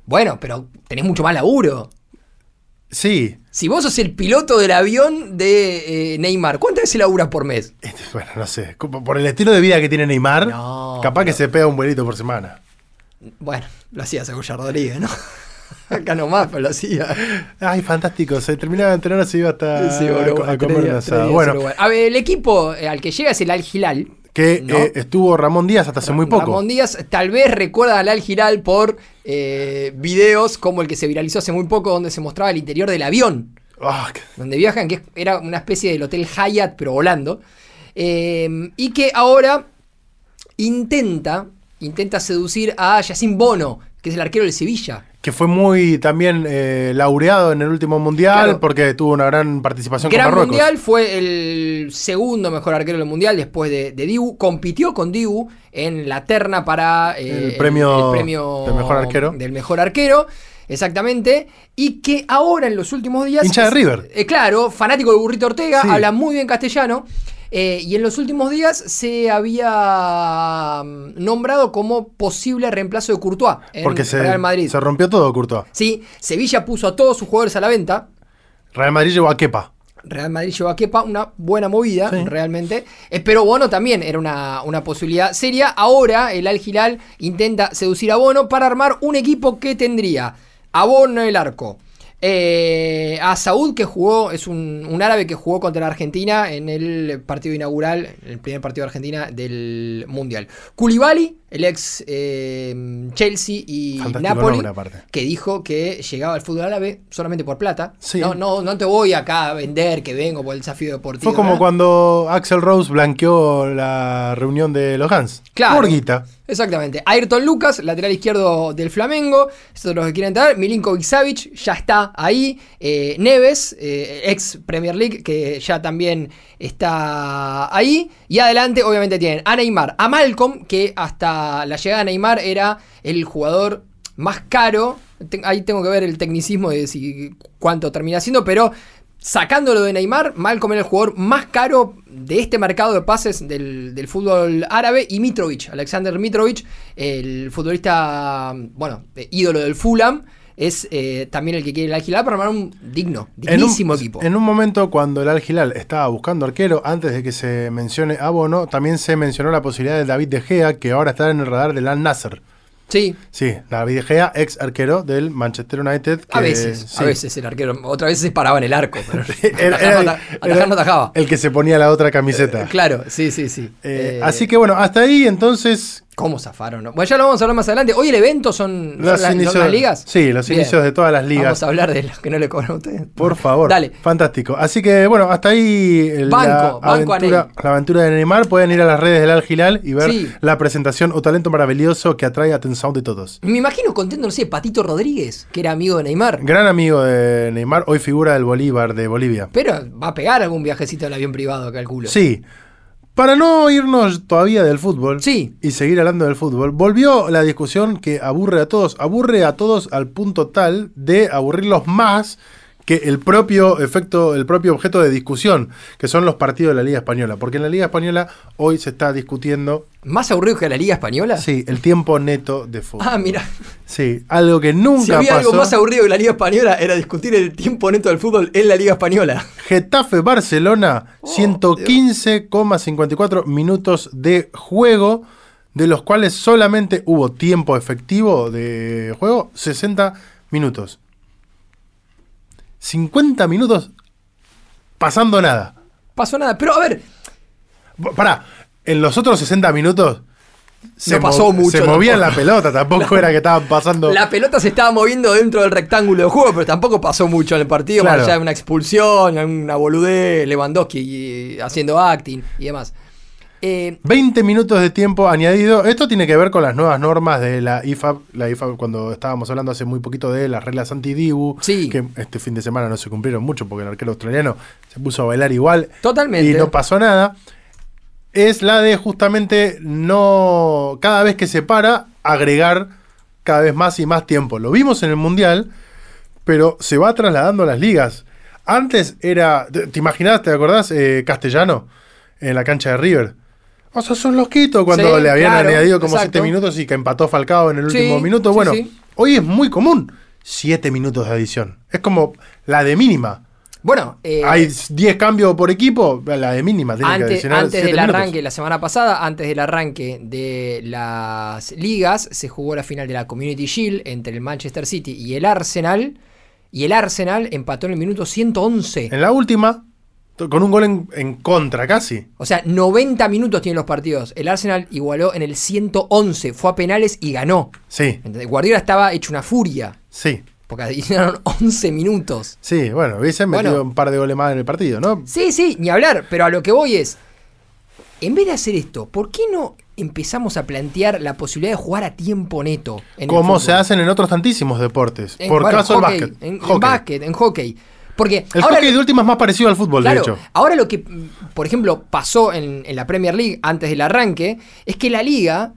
S2: Bueno, pero tenés mucho más laburo.
S1: Sí,
S2: Si vos sos el piloto del avión de eh, Neymar, ¿cuántas veces laburas por mes?
S1: Este, Bueno, no sé. como Por el estilo de vida que tiene Neymar,
S2: No,
S1: capaz
S2: pero-
S1: que se pega un vuelito por semana.
S2: Bueno, lo hacía Segulla Rodríguez, ¿no? Acá nomás, pero lo hacía.
S1: Ay, fantástico. Se terminaba de entrenar, se iba hasta
S2: Sí,
S1: Ah, a-
S2: Uruguay,
S1: a,
S2: tres
S1: comer un
S2: días- tres
S1: asado.
S2: días
S1: Bueno,
S2: Uruguay. A ver, el equipo eh, al que llega es el Al Hilal.
S1: que
S2: ¿no?
S1: eh, estuvo Ramón Díaz hasta hace muy poco.
S2: Ramón Díaz tal vez recuerda al Al Giral por eh, videos como el que se viralizó hace muy poco donde se mostraba el interior del avión
S1: Ah, qué-
S2: donde viajan, que es- era una especie del hotel Hyatt, pero volando. Eh, y que ahora intenta, intenta seducir a Yacine Bono, que es el arquero del Sevilla.
S1: que fue muy también eh, laureado en el último mundial
S2: Claro.
S1: porque tuvo una gran participación
S2: Gran
S1: con Marruecos.
S2: Mundial fue el segundo mejor arquero del Mundial después de, de Dibu. Compitió con Dibu en la terna para eh,
S1: El premio del mejor arquero.
S2: del mejor arquero, exactamente. Y que ahora en los últimos días.
S1: Hincha de River.
S2: Eh, claro, fanático de Burrito Ortega,
S1: Sí.
S2: habla muy bien castellano. eh, y en los últimos días se había mm, nombrado como posible reemplazo de Courtois en
S1: Porque se,
S2: Real Madrid.
S1: se rompió todo, Courtois.
S2: Sí, Sevilla puso a todos sus jugadores a la venta.
S1: Real Madrid llegó a Kepa.
S2: Real Madrid llevó a Kepa, una buena movida,
S1: Sí.
S2: realmente. Eh, pero Bono también era una, una posibilidad seria. Ahora el Al Hilal intenta seducir a Bono para armar un equipo que tendría a Bono en el arco. eh, a Saúd, que jugó, es un, un árabe que jugó contra la Argentina en el partido inaugural, el primer partido de Argentina del Mundial. Koulibaly, el ex eh, Chelsea y
S1: Fantástico
S2: Napoli,
S1: nombre aparte.
S2: que dijo que llegaba al fútbol árabe solamente por plata.
S1: Sí.
S2: No, no, no te voy acá a vender que vengo por el desafío deportivo.
S1: Fue como
S2: ¿verdad?
S1: cuando Axel Rose blanqueó la reunión de los Gans.
S2: Claro.
S1: Por guita.
S2: Exactamente. Ayrton Lucas, lateral izquierdo del Flamengo. Estos son los que quieren entrar. Milinkovic Savic ya está ahí. Eh, Neves, eh, ex Premier League, que ya también está ahí. Y adelante, obviamente, tienen a Neymar, a Malcolm, que hasta la llegada de Neymar era el jugador más caro. Ten- ahí tengo que ver el tecnicismo de si cuánto termina siendo, pero Sacándolo de Neymar, Malcolm era el jugador más caro de este mercado de pases del, del fútbol árabe y Mitrovic, Alexander Mitrovic, el futbolista, bueno, eh, ídolo del Fulham, es eh, también el que quiere el alquilar para armar un digno, dignísimo
S1: en un,
S2: equipo.
S1: En un momento cuando el Al Hilal estaba buscando arquero, antes de que se mencione a Bono, también se mencionó la posibilidad de David De Gea, que ahora está en el radar del Al Nasser.
S2: Sí,
S1: Sí, David De Gea, ex arquero del Manchester United.
S2: a
S1: que-
S2: veces,
S1: sí.
S2: a veces el arquero, otra vez se paraba en el arco, pero
S1: Era-
S2: atajar, no
S1: era-
S2: ta- atajar no atajaba.
S1: El que se ponía la otra camiseta.
S2: Claro, sí, sí, sí.
S1: Eh,
S2: Eh,
S1: así que bueno, hasta ahí entonces
S2: ¿Cómo zafaron? no? Bueno, ya lo vamos a hablar más adelante. Hoy el evento son, son
S1: los
S2: la- son
S1: inicios.
S2: las ligas.
S1: Sí, los
S2: Bien.
S1: inicios de todas las ligas.
S2: Vamos a hablar de los que no le cobran a ustedes.
S1: Por favor.
S2: Dale.
S1: Fantástico. Así que bueno, hasta ahí el- la,
S2: Banco, banco
S1: aventura,
S2: Anel.
S1: la aventura de Neymar. Pueden ir a las redes del Al Hilal y ver
S2: Sí.
S1: la presentación o talento maravilloso que atrae atención de todos.
S2: Me imagino contento, no sé, Patito Rodríguez, que era amigo de Neymar.
S1: Gran amigo de Neymar, hoy figura del Bolívar de Bolivia.
S2: Pero va a pegar algún viajecito al avión privado, calculo.
S1: Sí. Para no irnos todavía del fútbol
S2: Sí.
S1: y seguir hablando del fútbol, volvió la discusión que aburre a todos, aburre a todos al punto tal de aburrirlos más que el propio efecto, el propio objeto de discusión, que son los partidos de la Liga Española, porque en la Liga Española hoy se está discutiendo
S2: ¿Más aburrido que la Liga Española?
S1: sí, el tiempo neto de fútbol.
S2: Ah, mira.
S1: Sí, algo que nunca
S2: Si había
S1: pasó.
S2: algo más aburrido que la Liga Española, era discutir el tiempo neto del fútbol en la Liga Española.
S1: Getafe Barcelona,
S2: Oh,
S1: 115,54 minutos de juego, de los cuales solamente hubo tiempo efectivo de juego, 60 minutos. 50 minutos pasando nada.
S2: Pasó nada. Pero a ver,
S1: Pa- Pará, en los otros 60 minutos se,
S2: No pasó mucho
S1: se movían
S2: tampoco.
S1: la pelota, tampoco era que estaban pasando.
S2: la pelota se estaba moviendo dentro del rectángulo de juego, pero tampoco pasó mucho en el partido,
S1: Claro.
S2: más allá de una expulsión, una boludez, Lewandowski y- haciendo acting y demás. Eh,
S1: 20 minutos de tiempo añadido. Esto tiene que ver con las nuevas normas de la IFAB. La IFAB, cuando estábamos hablando hace muy poquito de las reglas anti-Dibu,
S2: Sí.
S1: que este fin de semana no se cumplieron mucho porque el arquero australiano se puso a bailar igual
S2: totalmente.
S1: y no pasó nada. Es la de justamente no. Cada vez que se para, agregar cada vez más y más tiempo. Lo vimos en el Mundial, pero se va trasladando a las ligas. Antes era. ¿Te te imaginás, te acordás? eh, castellano en la cancha de River. O sea, son loquitos cuando
S2: Sí,
S1: le habían
S2: claro,
S1: añadido como
S2: exacto.
S1: 7 minutos y que empató Falcao en el
S2: Sí,
S1: último minuto.
S2: sí,
S1: Bueno,
S2: sí.
S1: hoy es muy común 7 minutos de adición. Es como la de mínima.
S2: Bueno, eh,
S1: Hay 10 cambios por equipo, la de mínima tiene que
S2: Antes,
S1: adicionar
S2: antes
S1: siete
S2: del
S1: minutos.
S2: arranque, la semana pasada, antes del arranque de las ligas, se jugó la final de la Community Shield entre el Manchester City y el Arsenal. Y el Arsenal empató en el minuto 111.
S1: En la última, to- con un gol en, en contra casi.
S2: O sea, 90 minutos tienen los partidos. El Arsenal igualó en el 111, fue a penales y ganó.
S1: Sí,
S2: ¿Entendés? Guardiola estaba hecho una furia,
S1: sí,
S2: porque adivinaron 11 minutos.
S1: sí. Bueno, hubiesen metido
S2: Bueno.
S1: un par de goles más en el partido, ¿no?
S2: Sí, sí, ni hablar, pero a lo que voy es, en vez de hacer esto, ¿por qué no empezamos a plantear la posibilidad de jugar a tiempo neto? en el
S1: Como
S2: fútbol?
S1: se hacen en otros tantísimos deportes.
S2: En-
S1: por
S2: bueno,
S1: caso
S2: hockey,
S1: el básquet.
S2: En, en
S1: Hockey.
S2: básquet, en hockey. Porque
S1: El
S2: ahora,
S1: hockey de última es más parecido al fútbol, de
S2: claro,
S1: hecho.
S2: ahora lo que, mm, por ejemplo, pasó en, en la Premier League antes del arranque, es que la liga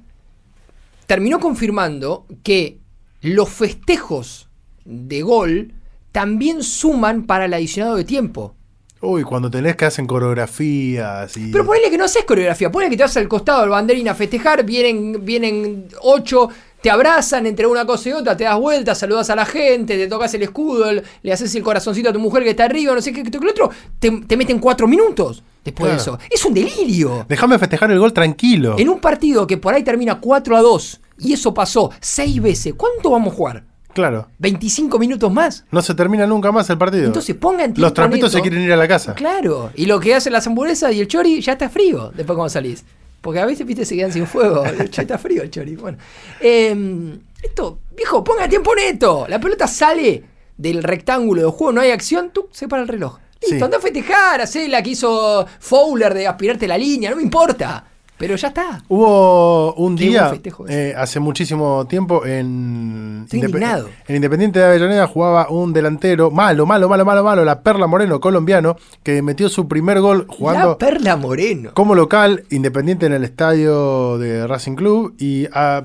S2: terminó confirmando que los festejos de gol también suman para el adicionado de tiempo.
S1: Uy, cuando tenés que hacen coreografías y.
S2: Pero ponele que no haces coreografía, ponele que te vas al costado del banderín a festejar, vienen, vienen ocho, te abrazan entre una cosa y otra, te das vueltas, saludas a la gente, te tocas el escudo, el- le haces el corazoncito a tu mujer que está arriba, no sé qué, que esto, que lo otro, te, te meten cuatro minutos después de eso.
S1: Claro.
S2: Es un delirio.
S1: Déjame festejar el gol tranquilo.
S2: En un partido que por ahí termina 4 a 2 y eso pasó seis veces, ¿cuánto vamos a jugar?
S1: Claro.
S2: ¿25 minutos más?
S1: No se termina nunca más el partido.
S2: Entonces pongan tiempo
S1: Los trapitos
S2: neto.
S1: se quieren ir a la casa.
S2: Claro, y lo que hacen las hamburguesas y el chori ya está frío después cuando salís. Porque a veces, viste, se quedan sin fuego. Ya está frío el chori. Bueno, Em, esto, viejo, ponga tiempo neto. La pelota sale del rectángulo de juego, no hay acción, tú se para el reloj. Listo,
S1: Sí.
S2: anda a festejar, hacé la que hizo Fowler de aspirarte la línea, no me importa. Pero ya está.
S1: Hubo un
S2: Qué
S1: día,
S2: buen festejo ese.
S1: eh, hace muchísimo tiempo, en,
S2: Estoy indignado.
S1: en Independiente de Avellaneda jugaba un delantero malo, malo, malo, malo, malo, la Perla Moreno, colombiano, que metió su primer gol
S2: La
S1: jugando
S2: Perla Moreno.
S1: como local, Independiente en el estadio de Racing Club. Y ah,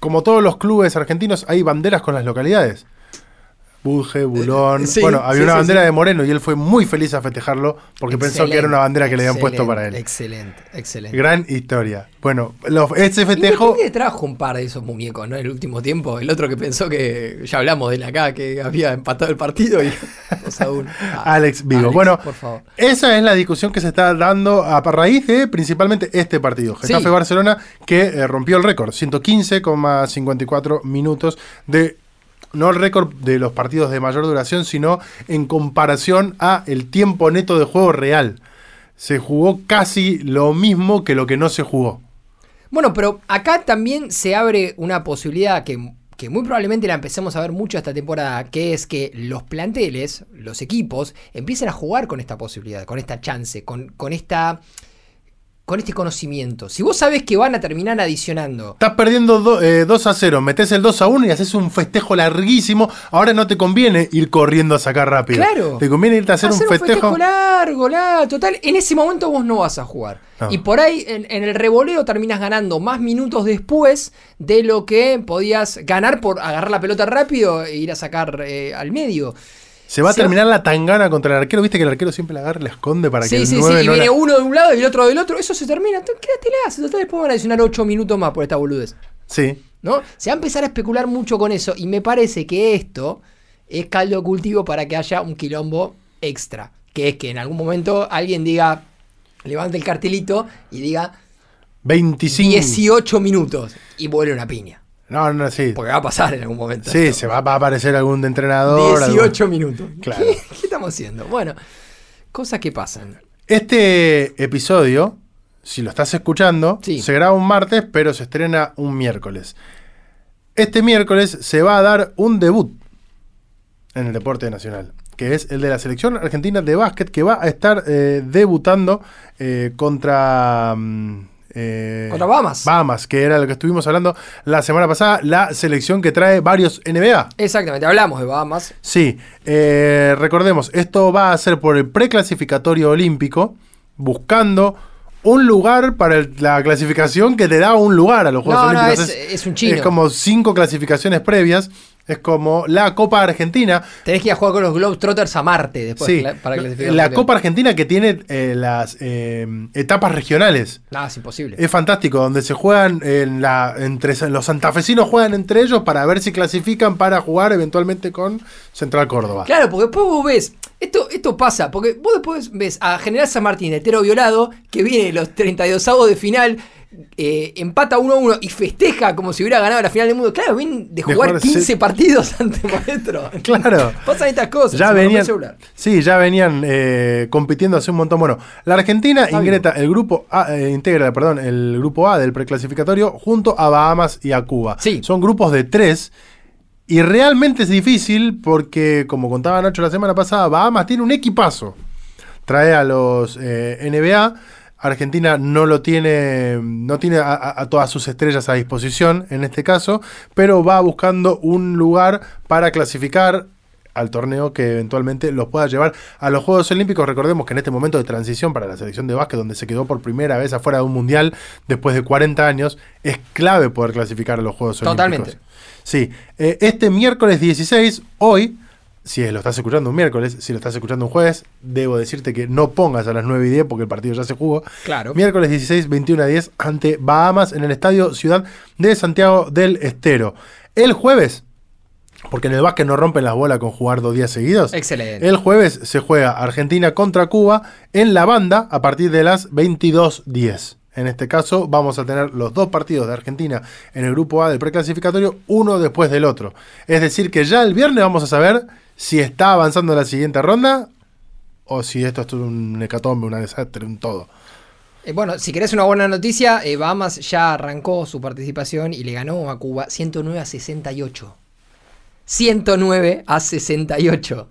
S1: como todos los clubes argentinos, hay banderas con las localidades. Budge, Bulón.
S2: Eh, sí,
S1: bueno, había
S2: sí,
S1: una
S2: sí,
S1: bandera
S2: sí.
S1: de Moreno y él fue muy feliz a festejarlo porque pensó que era una bandera que le habían puesto para él.
S2: Excelente, excelente.
S1: Gran historia. Bueno, lo- ese festejo.
S2: Independiente trajo un par de esos muñecos, ¿no? En el último tiempo. El otro que pensó que, ya hablamos de él acá, que había empatado el partido y 2 a 1.
S1: Alex Vigo. bueno,
S2: por favor.
S1: esa es la discusión que se está dando a raíz de principalmente este partido,
S2: Sí.
S1: Getafe Barcelona, que eh, rompió el récord, 115,54 minutos de no el récord de los partidos de mayor duración, sino en comparación a el tiempo neto de juego real. Se jugó casi lo mismo que lo que no se jugó.
S2: Bueno, pero acá también se abre una posibilidad que, que muy probablemente la empecemos a ver mucho esta temporada, que es que los planteles, los equipos, empiecen a jugar con esta posibilidad, con esta chance, con, con esta. con este conocimiento. Si vos sabés que van a terminar adicionando.
S1: Estás perdiendo do- eh, 2 a 0, metes el 2 a 1 y haces un festejo larguísimo. Ahora no te conviene ir corriendo a sacar rápido.
S2: Claro.
S1: Te conviene irte a hacer, un festejo
S2: largo, largo. Total, en ese momento vos no vas a jugar.
S1: No.
S2: Y por ahí, en, en el revoleo, terminas ganando más minutos después de lo que podías ganar por agarrar la pelota rápido e ir a sacar eh, al medio.
S1: Se va a
S2: Se-
S1: terminar la tangana contra el arquero. Viste que el arquero siempre la agarra y la esconde para que
S2: Sí,
S1: el
S2: sí, sí.
S1: 9
S2: Y
S1: no la-
S2: viene uno de un lado y el otro del otro. Eso se termina. Tú Quédatela. Se total, después van a adicionar 8 minutos más por esta boludez.
S1: Sí.
S2: ¿No? Se va a empezar a especular mucho con eso. Y me parece que esto es caldo de cultivo para que haya un quilombo extra. Que es que en algún momento alguien diga, levante el cartelito y diga
S1: 25.
S2: 18 minutos y vuelve una piña.
S1: No, no, sí.
S2: Porque va a pasar en algún momento.
S1: Sí,
S2: esto.
S1: se va, va a aparecer algún entrenador. algún-
S2: 18 minutos.
S1: Claro.
S2: ¿Qué, qué estamos haciendo? Bueno, cosas que pasan.
S1: Este episodio, si lo estás escuchando,
S2: Sí.
S1: se graba un martes, pero se estrena un miércoles. Este miércoles se va a dar un debut en el deporte nacional, que es el de la selección argentina de básquet, que va a estar eh, debutando eh, contra... mm, eh,
S2: Contra Bahamas.
S1: Bahamas, que era lo que estuvimos hablando la semana pasada, la selección que trae varios NBA.
S2: Exactamente, hablamos de Bahamas.
S1: Sí, eh, recordemos, esto va a ser por el preclasificatorio olímpico, buscando un lugar para el- la clasificación que te da un lugar a los Juegos
S2: No, no,
S1: Olímpicos.
S2: es, es un chino.
S1: es como cinco clasificaciones previas, es como la Copa Argentina.
S2: Tenés que ir a jugar con los Globetrotters a Marte después
S1: sí,
S2: Pues cla- para clasificar.
S1: la
S2: campeón.
S1: Copa Argentina que tiene eh, las eh, etapas regionales.
S2: No, es imposible.
S1: Es fantástico, donde se juegan en la, entre los santafesinos juegan entre ellos para ver si clasifican para jugar eventualmente con Central Córdoba.
S2: Ah. Claro, porque después vos ves, esto, esto pasa, porque vos después ves a General San Martín, hetero violado, que viene los 32 avos de final, eh, empata 1-1 y festeja como si hubiera ganado la final del mundo. Claro, vienen de jugar
S1: jugar
S2: 15
S1: se-
S2: partidos ante maestro.
S1: Claro.
S2: Pasan estas cosas.
S1: Ya
S2: se me rompió
S1: venían,
S2: el celular.
S1: sí, ya venían eh, compitiendo hace un montón. Bueno, la Argentina
S2: Está
S1: ingresa el grupo A, eh, integra, perdón, el grupo A del preclasificatorio junto a Bahamas y a Cuba.
S2: Sí.
S1: Son grupos de tres. Y realmente es difícil porque, como contaba Nacho la semana pasada, Bahamas tiene un equipazo. Trae a los eh, NBA. Argentina no lo tiene, no tiene a, a- a todas sus estrellas a disposición en este caso, pero va buscando un lugar para clasificar al torneo que eventualmente los pueda llevar a los Juegos Olímpicos. Recordemos que en este momento de transición para la selección de básquet, donde se quedó por primera vez afuera de un mundial después de 40 años, es clave poder clasificar a los Juegos
S2: Totalmente.
S1: Olímpicos. Sí, eh, este miércoles 16, hoy, si lo estás escuchando un miércoles, si lo estás escuchando un jueves, debo decirte que no pongas a las 9 y 10 porque el partido ya se jugó.
S2: Claro.
S1: Miércoles 16, 21 a 10 ante Bahamas en el Estadio Ciudad de Santiago del Estero. El jueves, porque en el básquet no rompen las bolas con jugar dos días seguidos.
S2: Excelente.
S1: El jueves se juega Argentina contra Cuba en la banda a partir de las 22.10. En este caso vamos a tener los dos partidos de Argentina en el grupo A del preclasificatorio, uno después del otro. Es decir, que ya el viernes vamos a saber si está avanzando la siguiente ronda o si esto es un hecatombe, un desastre, un todo.
S2: Eh, bueno, si querés una buena noticia, eh, Bahamas ya arrancó su participación y le ganó a Cuba 109 a 68. 109 a 68.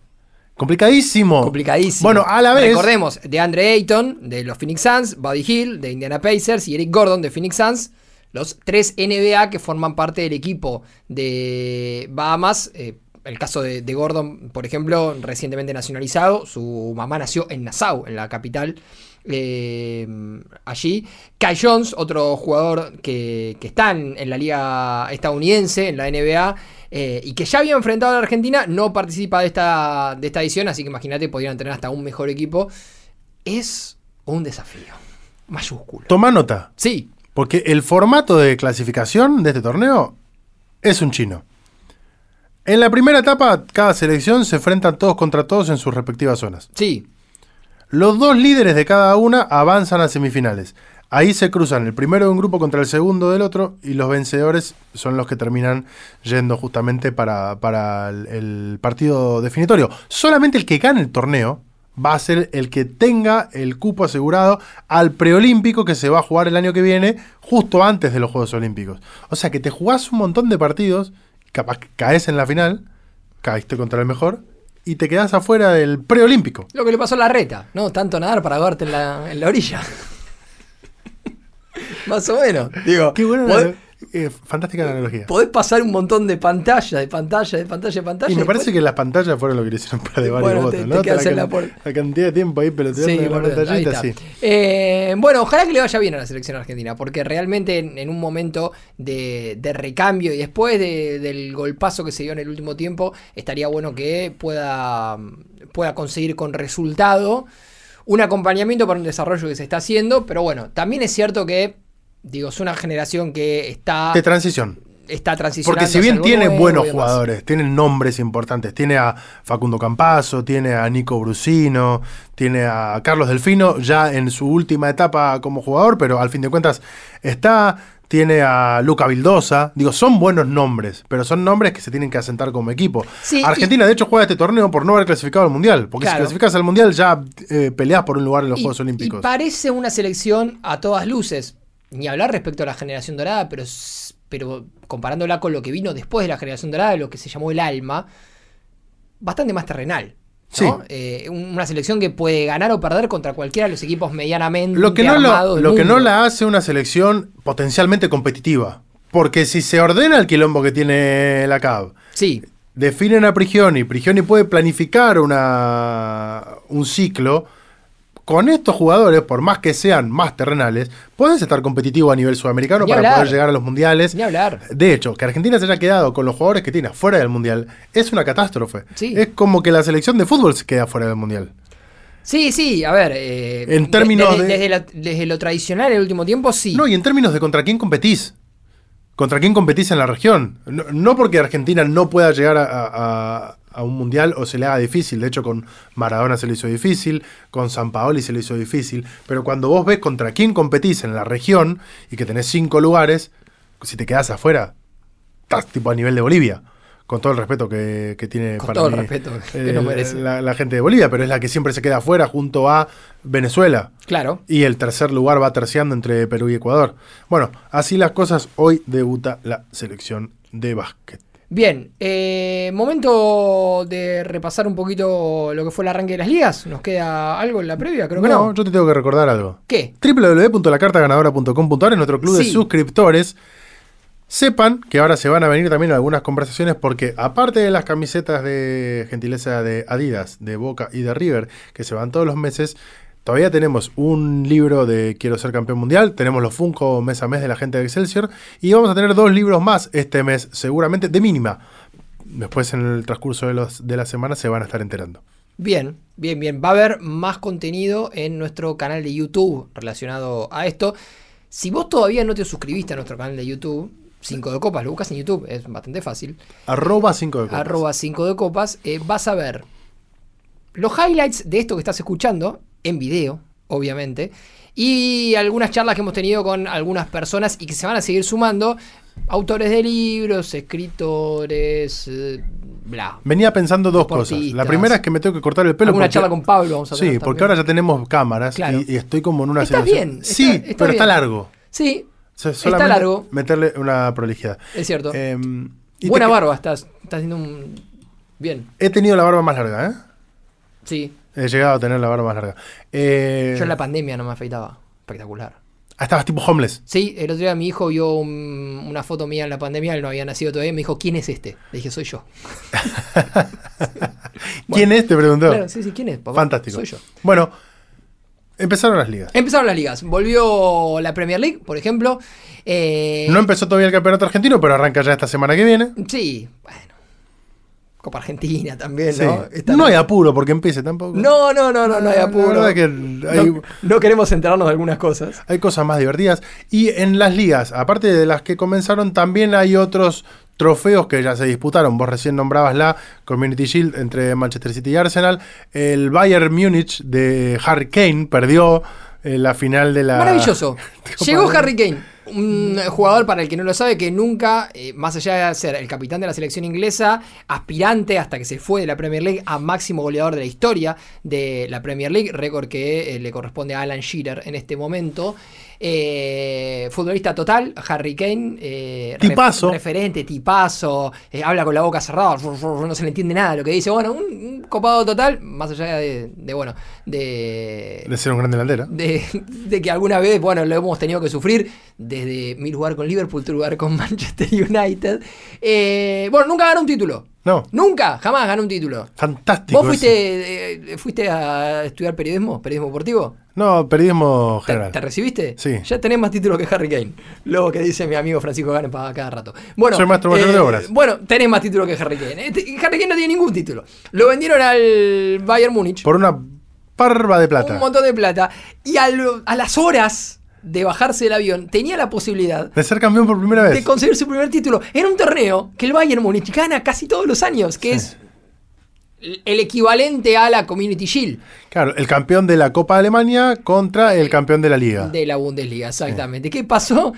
S1: Complicadísimo.
S2: Complicadísimo.
S1: Bueno, a la vez.
S2: Recordemos, de Andre Ayton, de los Phoenix Suns, Buddy Hill, de Indiana Pacers y Eric Gordon, de Phoenix Suns, los tres NBA que forman parte del equipo de Bahamas. eh, el caso de, de Gordon, por ejemplo, recientemente nacionalizado, su mamá nació en Nassau, en la capital. eh, allí. Kai Jones, otro jugador que, que está en, en la liga estadounidense, en la NBA, eh, y que ya había enfrentado a la Argentina, no participa de esta, de esta edición, así que imagínate, podrían tener hasta un mejor equipo. Es un desafío, mayúsculo.
S1: Toma nota.
S2: Sí,
S1: Porque el formato de clasificación de este torneo es un chino. En la primera etapa, cada selección se enfrentan todos contra todos en sus respectivas zonas.
S2: sí,
S1: Los dos líderes de cada una avanzan a semifinales. Ahí se cruzan el primero de un grupo contra el segundo del otro y los vencedores son los que terminan yendo justamente para, para el, el partido definitorio. Solamente el que gane el torneo va a ser el que tenga el cupo asegurado al preolímpico que se va a jugar el año que viene, justo antes de los Juegos Olímpicos. O sea que te jugás un montón de partidos, capaz que caes en la final, caíste contra el mejor y te quedás afuera del preolímpico.
S2: lo que le pasó a la reta, ¿no? Tanto nadar para ahogarte en la, en la orilla. Más o menos, digo.
S1: Qué buena
S2: pod-
S1: anal- eh, fantástica analogía.
S2: Podés pasar un montón de pantalla, de pantalla, de pantalla, de pantalla.
S1: Y me
S2: después-
S1: parece que las pantallas fueron lo que le hicieron para de varios
S2: Bueno,
S1: votos,
S2: te- te
S1: ¿no?
S2: quedas
S1: la,
S2: en la
S1: can-
S2: puerta.
S1: la cantidad de tiempo ahí peloteando
S2: Sí,
S1: en la
S2: boludo, ahí
S1: pantallita,
S2: está.
S1: sí.
S2: Eh, bueno, ojalá que le vaya bien a la selección argentina, porque realmente en, en un momento de, de recambio y después de- del golpazo que se dio en el último tiempo, estaría bueno que pueda, pueda conseguir con resultado un acompañamiento para un desarrollo que se está haciendo, pero bueno, también es cierto que, digo, es una generación que está,
S1: De transición.
S2: está transicionando.
S1: Porque si
S2: hacia
S1: bien
S2: algo
S1: tiene
S2: nuevo y
S1: buenos
S2: demás.
S1: jugadores, tienen nombres importantes, tiene a Facundo Campazo, tiene a Nico Brusino, tiene a Carlos Delfino, ya en su última etapa como jugador, pero al fin de cuentas está, tiene a Luca Vildosa, digo, son buenos nombres, pero son nombres que se tienen que asentar como equipo.
S2: Sí, y-
S1: Argentina, de hecho, juega este torneo por no haber clasificado al Mundial, porque si
S2: Claro.
S1: clasificas al Mundial ya eh, peleas por un lugar en los
S2: Y-
S1: Juegos Olímpicos.
S2: y parece una selección a todas luces. Ni hablar respecto a la generación dorada, pero, s- pero comparándola con lo que vino después de la generación dorada, lo que se llamó el alma, bastante más terrenal. ¿no?
S1: Sí.
S2: Eh, un- una selección que puede ganar o perder contra cualquiera de los equipos medianamente
S1: Lo que, no lo,
S2: armados del
S1: lo que no
S2: mundo.
S1: la hace una selección potencialmente competitiva. Porque si se ordena el quilombo que tiene la CAB,
S2: Sí,
S1: definen a Prigioni, Prigioni puede planificar una, un ciclo. Con estos jugadores, por más que sean más terrenales, puedes estar competitivo a nivel sudamericano
S2: Ni
S1: para
S2: hablar.
S1: poder llegar a los mundiales.
S2: ni hablar.
S1: De hecho, que Argentina se haya quedado con los jugadores que tiene afuera del mundial es una catástrofe.
S2: Sí.
S1: Es como que la selección de fútbol se queda fuera del mundial.
S2: Sí, sí, a ver. eh,
S1: En términos
S2: desde,
S1: de-
S2: desde la- desde lo tradicional en el último tiempo, sí.
S1: No, y en términos de contra quién competís. ¿Contra quién competís en la región? No, no porque Argentina no pueda llegar a, a- a- a un mundial o se le haga difícil. De hecho, con Maradona se le hizo difícil, con San Paoli se le hizo difícil. Pero cuando vos ves contra quién competís en la región y que tenés cinco lugares, si te quedás afuera, estás tipo a nivel de Bolivia. Con todo el respeto que, que tiene
S2: Con
S1: para
S2: todo el
S1: mí, eh,
S2: respeto que no merece.
S1: La, la gente de Bolivia, pero es la que siempre se queda afuera junto a Venezuela.
S2: Claro.
S1: Y el tercer lugar va terciando entre Perú y Ecuador. Bueno, así las cosas, hoy debuta la selección de básquet.
S2: Bien, eh, momento de repasar un poquito lo que fue el arranque de las ligas. ¿Nos queda algo en la previa? Creo que no.
S1: yo te tengo que recordar algo.
S2: ¿Qué?
S1: www.lacartaganadora.com.ar es nuestro club de
S2: Sí.
S1: suscriptores. Sepan que ahora se van a venir también algunas conversaciones porque aparte de las camisetas de gentileza de Adidas, de Boca y de River, que se van todos los meses, todavía tenemos un libro de Quiero ser campeón mundial, tenemos los Funko mes a mes de la gente de Excelsior y vamos a tener dos libros más este mes, seguramente de mínima. Después en el transcurso de, los, de la semana se van a estar enterando.
S2: Bien, bien, bien. Va a haber más contenido en nuestro canal de YouTube relacionado a esto. Si vos todavía no te suscribiste a nuestro canal de YouTube, 5 de copas, lo buscas en YouTube, es bastante fácil.
S1: Arroba 5 de copas.
S2: arroba 5 de copas, eh, vas a ver los highlights de esto que estás escuchando, en video, obviamente, y algunas charlas que hemos tenido con algunas personas y que se van a seguir sumando, autores de libros, escritores, eh, bla.
S1: Venía pensando dos cosas.
S2: Deportistas.
S1: La primera es que me tengo que cortar el pelo.
S2: Alguna
S1: porque-
S2: charla con Pablo vamos a
S1: Sí,
S2: tener
S1: porque
S2: también.
S1: ahora ya tenemos cámaras
S2: Claro.
S1: y, y estoy como en una
S2: Está
S1: situación-
S2: bien, está-
S1: Sí,
S2: está
S1: pero está
S2: bien.
S1: largo. O
S2: Sí,
S1: sea, solamente
S2: largo.
S1: Meterle una prolijidad.
S2: es cierto.
S1: Eh, y te-
S2: Buena barba, estás, estás haciendo un... Bien.
S1: He tenido la barba más larga, ¿eh?
S2: Sí.
S1: He llegado a tener la barba más larga. Eh,
S2: Yo en la pandemia no me afeitaba. Espectacular.
S1: Ah, estabas tipo homeless.
S2: Sí, el otro día mi hijo vio un- una foto mía en la pandemia, él no había nacido todavía, y me dijo, ¿quién es este? Le dije, soy yo.
S1: ¿Quién es? Te preguntó.
S2: Claro, sí, sí, ¿quién es? papá?
S1: Fantástico.
S2: Soy yo.
S1: Bueno, empezaron las ligas.
S2: Empezaron las ligas. Volvió la Premier League, por ejemplo. Eh,
S1: No em- empezó todavía el campeonato argentino, pero arranca ya esta semana que viene.
S2: Sí, bueno. Copa Argentina también,
S1: Sí.
S2: ¿no?
S1: No,
S2: Está-
S1: hay apuro porque empiece tampoco.
S2: no, no, no, no, no hay
S1: La
S2: apuro.
S1: verdad que hay-
S2: No, no queremos enterarnos de algunas cosas.
S1: Hay cosas más divertidas. Y en las ligas, aparte de las que comenzaron, también hay otros trofeos que ya se disputaron. Vos recién nombrabas la Community Shield entre Manchester City y Arsenal. El Bayern Múnich de Harry Kane perdió eh, la final de la...
S2: Maravilloso.
S1: Copa
S2: Llegó
S1: América.
S2: Harry Kane, un jugador para el que no lo sabe, que nunca, eh, más allá de ser el capitán de la selección inglesa, aspirante hasta que se fue de la Premier League a máximo goleador de la historia de la Premier League, récord que eh, le corresponde a Alan Shearer en este momento. Eh, futbolista total, Harry Kane. eh, ref-
S1: Tipazo.
S2: referente, tipazo, eh, habla con la boca cerrada, ru, ru, ru, no se le entiende nada lo que dice. Bueno, un, un copado total, más allá de, de, bueno, de,
S1: De ser un gran delantero.
S2: de, de que alguna vez, bueno, lo hemos tenido que sufrir desde mi lugar con Liverpool, tu lugar con Manchester United. Eh, bueno, nunca ganó un título.
S1: No,
S2: Nunca, jamás ganó un título.
S1: fantástico.
S2: ¿Vos
S1: eso.
S2: fuiste, eh, fuiste a estudiar periodismo? ¿Periodismo deportivo?
S1: No, periodismo
S2: ¿Te,
S1: general.
S2: te recibiste?
S1: Sí.
S2: Ya tenés más títulos que Harry Kane. Lo que dice mi amigo Francisco Gane para cada rato. Bueno, eh,
S1: Soy maestro mayor de obras.
S2: Bueno, tenés más títulos que Harry Kane. Este- Harry Kane no tiene ningún título. Lo vendieron al Bayern Múnich.
S1: Por una parva de plata.
S2: Un montón de plata. Y a, lo- a las horas de bajarse del avión, tenía la posibilidad
S1: De ser campeón por primera
S2: de
S1: vez.
S2: conseguir su primer título. Era un torneo que el Bayern Múnich gana casi todos los años, que es el- el equivalente a la Community Shield
S1: Claro, el campeón de la Copa de Alemania contra el campeón de la Liga.
S2: de la Bundesliga, exactamente. ¿Qué pasó?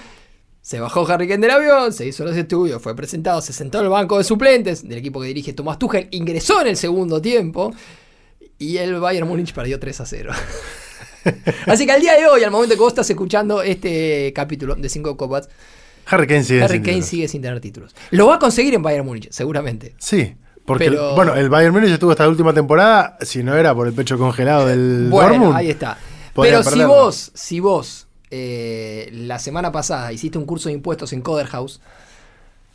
S2: Se bajó Harry Kane del avión, se hizo los estudios, fue presentado, se sentó en el banco de suplentes del equipo que dirige Tomás Tuchel, ingresó en el segundo tiempo y el Bayern Múnich perdió 3 a 0. Así que al día de hoy, al momento que vos estás escuchando este capítulo de 5 Copas,
S1: Harry Kane sigue
S2: Harry
S1: sin
S2: Kane
S1: títulos.
S2: sigue sin tener títulos. Lo va a conseguir en Bayern Múnich, seguramente.
S1: Sí, porque
S2: Pero-
S1: el- bueno, el Bayern Múnich estuvo esta última temporada, si no era por el pecho congelado del
S2: Bueno,
S1: Dortmund.
S2: ahí está.
S1: Podría
S2: Pero si
S1: perderlo.
S2: vos, si vos eh, la semana pasada hiciste un curso de impuestos en Coderhouse,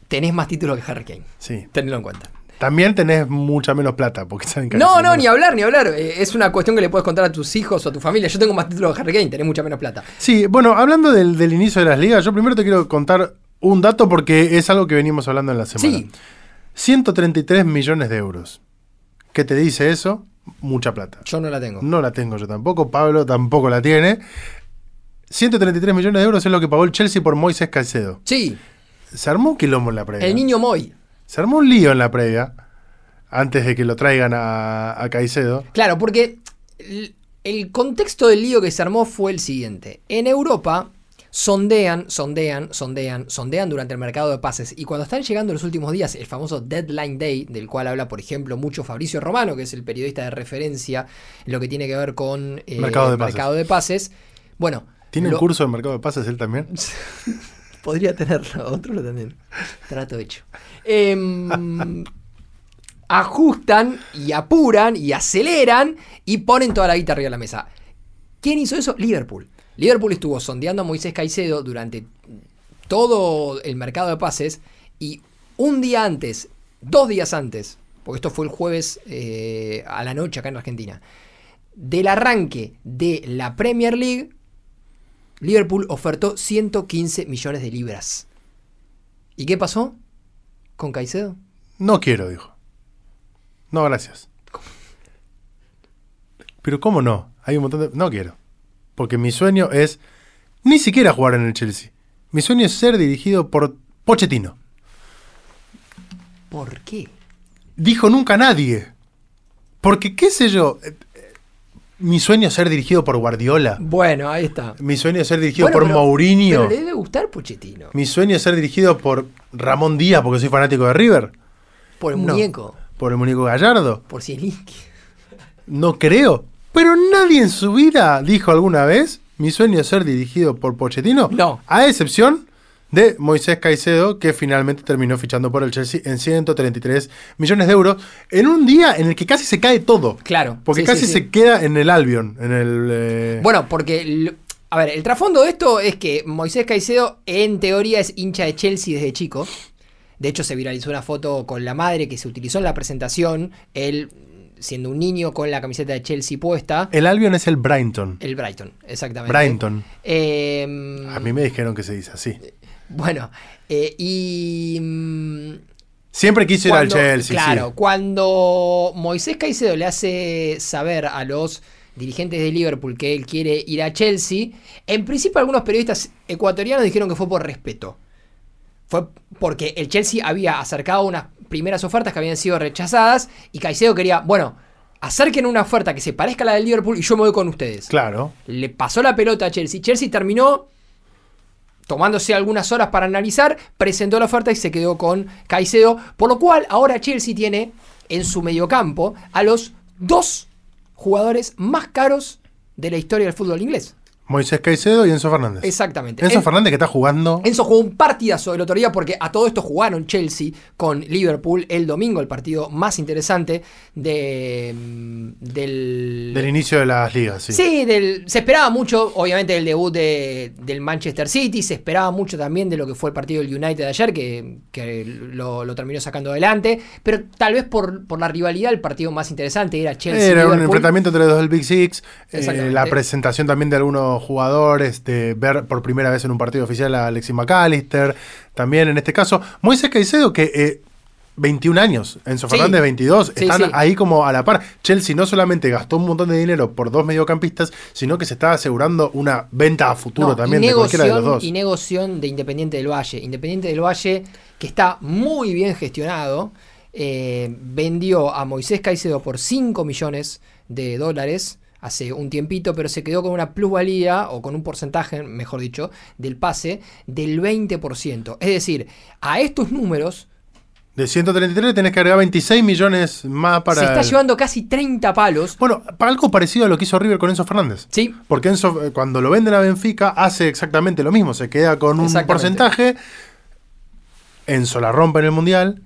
S2: tenés más títulos que Harry Kane.
S1: Sí.
S2: Tenlo en cuenta.
S1: También tenés mucha menos plata, porque están
S2: No, no,
S1: encareciendo.
S2: ni hablar, ni hablar. Eh, es una cuestión que le puedes contar a tus hijos o a tu familia. Yo tengo más títulos que Harry Kane, tenés mucha menos plata.
S1: Sí, bueno, hablando del, del inicio de las ligas, yo primero te quiero contar un dato porque es algo que venimos hablando en la semana.
S2: Sí.
S1: 133 millones de euros. ¿Qué te dice eso? Mucha plata.
S2: Yo no la tengo.
S1: No la tengo yo tampoco, Pablo tampoco la tiene. 133 millones de euros es lo que pagó el Chelsea por Moisés Caicedo.
S2: Sí,
S1: Se armó un quilombo en la previa.
S2: el niño Moy.
S1: Se armó un lío en la previa antes de que lo traigan a, a Caicedo.
S2: Claro, porque el, el contexto del lío que se armó fue el siguiente. En Europa sondean, sondean, sondean, sondean durante el mercado de pases y cuando están llegando los últimos días, el famoso Deadline Day, del cual habla, por ejemplo, mucho Fabricio Romano, que es el periodista de referencia en lo que tiene que ver con eh,
S1: Mercado de
S2: el
S1: pases.
S2: mercado de pases. Bueno,
S1: ¿Tiene
S2: lo-
S1: un curso de mercado de pases él también?
S2: Podría tenerlo, otro lo tendrían. Trato hecho. Em, ajustan y apuran y aceleran y ponen toda la guita arriba de la mesa. ¿Quién hizo eso? Liverpool. Liverpool estuvo sondeando a Moisés Caicedo durante todo el mercado de pases y un día antes, dos días antes, porque esto fue el jueves eh, a la noche acá en Argentina, del arranque de la Premier League, Liverpool ofertó 115 millones de libras. ¿Y qué pasó con Caicedo?
S1: No quiero, dijo. No, gracias. Pero ¿cómo no? Hay un montón de... No quiero. Porque mi sueño es ni siquiera jugar en el Chelsea. Mi sueño es ser dirigido por Pochettino.
S2: ¿Por qué?
S1: Dijo nunca nadie. Porque, qué sé yo, eh, eh, mi sueño es ser dirigido por Guardiola.
S2: Bueno, ahí está.
S1: Mi sueño es ser dirigido
S2: Bueno,
S1: por
S2: pero-
S1: Mourinho.
S2: Pero le debe gustar Pochettino.
S1: Mi sueño es ser dirigido por Ramón Díaz, porque soy fanático de River.
S2: Por el
S1: No.
S2: muñeco.
S1: Por el muñeco Gallardo.
S2: Por Zielinski.
S1: No creo. Pero nadie en su vida dijo alguna vez, mi sueño es ser dirigido por Pochettino.
S2: No.
S1: A excepción de Moisés Caicedo, que finalmente terminó fichando por el Chelsea en 133 millones de euros, en un día en el que casi se cae todo.
S2: Claro.
S1: Porque
S2: sí, sí,
S1: casi
S2: sí.
S1: se queda en el Albion, en el... eh,
S2: Bueno, porque. l- A ver, el trasfondo de esto es que Moisés Caicedo, en teoría, es hincha de Chelsea desde chico. De hecho, se viralizó una foto con la madre que se utilizó en la presentación. Él, siendo un niño con la camiseta de Chelsea puesta.
S1: el Albion es el Brighton.
S2: El Brighton, exactamente.
S1: Brighton.
S2: Eh,
S1: A mí me dijeron que se dice así.
S2: Bueno, eh, y. mm,
S1: Siempre quise ir al
S2: cuando-
S1: Chelsea.
S2: Claro,
S1: sí.
S2: cuando Moisés Caicedo le hace saber a los dirigentes de Liverpool que él quiere ir a Chelsea, en principio algunos periodistas ecuatorianos dijeron que fue por respeto. Fue porque el Chelsea había acercado unas primeras ofertas que habían sido rechazadas y Caicedo quería, bueno, acerquen una oferta que se parezca a la del Liverpool y yo me voy con ustedes
S1: Claro.
S2: le pasó la pelota a Chelsea. Chelsea terminó tomándose algunas horas para analizar, presentó la oferta y se quedó con Caicedo. Por lo cual, ahora Chelsea tiene en su mediocampo a los dos jugadores más caros de la historia del fútbol inglés.
S1: Moisés Caicedo y Enzo Fernández.
S2: Exactamente.
S1: Enzo
S2: En-
S1: Fernández que está jugando.
S2: Enzo jugó un partidazo el otro día porque a todo esto jugaron Chelsea con Liverpool el domingo, el partido más interesante de, mm, del,
S1: Del inicio de las ligas, sí.
S2: Sí, del- se esperaba mucho, obviamente, del debut de- del Manchester City, se esperaba mucho también de lo que fue el partido del United ayer, que, que lo, lo terminó sacando adelante, pero tal vez por, por la rivalidad el partido más interesante era Chelsea.
S1: Era un
S2: Liverpool.
S1: enfrentamiento entre los dos del Big Six, eh,
S2: Exactamente.
S1: la presentación también de algunos jugadores, de ver por primera vez en un partido oficial a Alexis McAllister, también en este caso, Moisés Caicedo que... eh, 21 años, Enzo
S2: Sí.
S1: Fernández 22,
S2: Sí,
S1: están
S2: sí.
S1: ahí como a la par. Chelsea no solamente gastó un montón de dinero por dos mediocampistas, sino que se está asegurando una venta a futuro
S2: No,
S1: también
S2: y
S1: de cualquiera de los
S2: negoción-
S1: dos.
S2: Y negoción de Independiente del Valle. Independiente del Valle, que está muy bien gestionado, eh, vendió a Moisés Caicedo por 5 millones de dólares hace un tiempito, pero se quedó con una plusvalía, o con un porcentaje, mejor dicho, del pase del 20%. Es decir, a estos números
S1: De 133 tenés que agregar 26 millones más para...
S2: se está
S1: el-
S2: llevando casi 30 palos.
S1: Bueno, para algo parecido a lo que hizo River con Enzo Fernández.
S2: Sí,
S1: Porque Enzo, eh, cuando lo venden a Benfica, hace exactamente lo mismo. Se queda con un
S2: Exactamente.
S1: porcentaje. Enzo la rompe en el Mundial.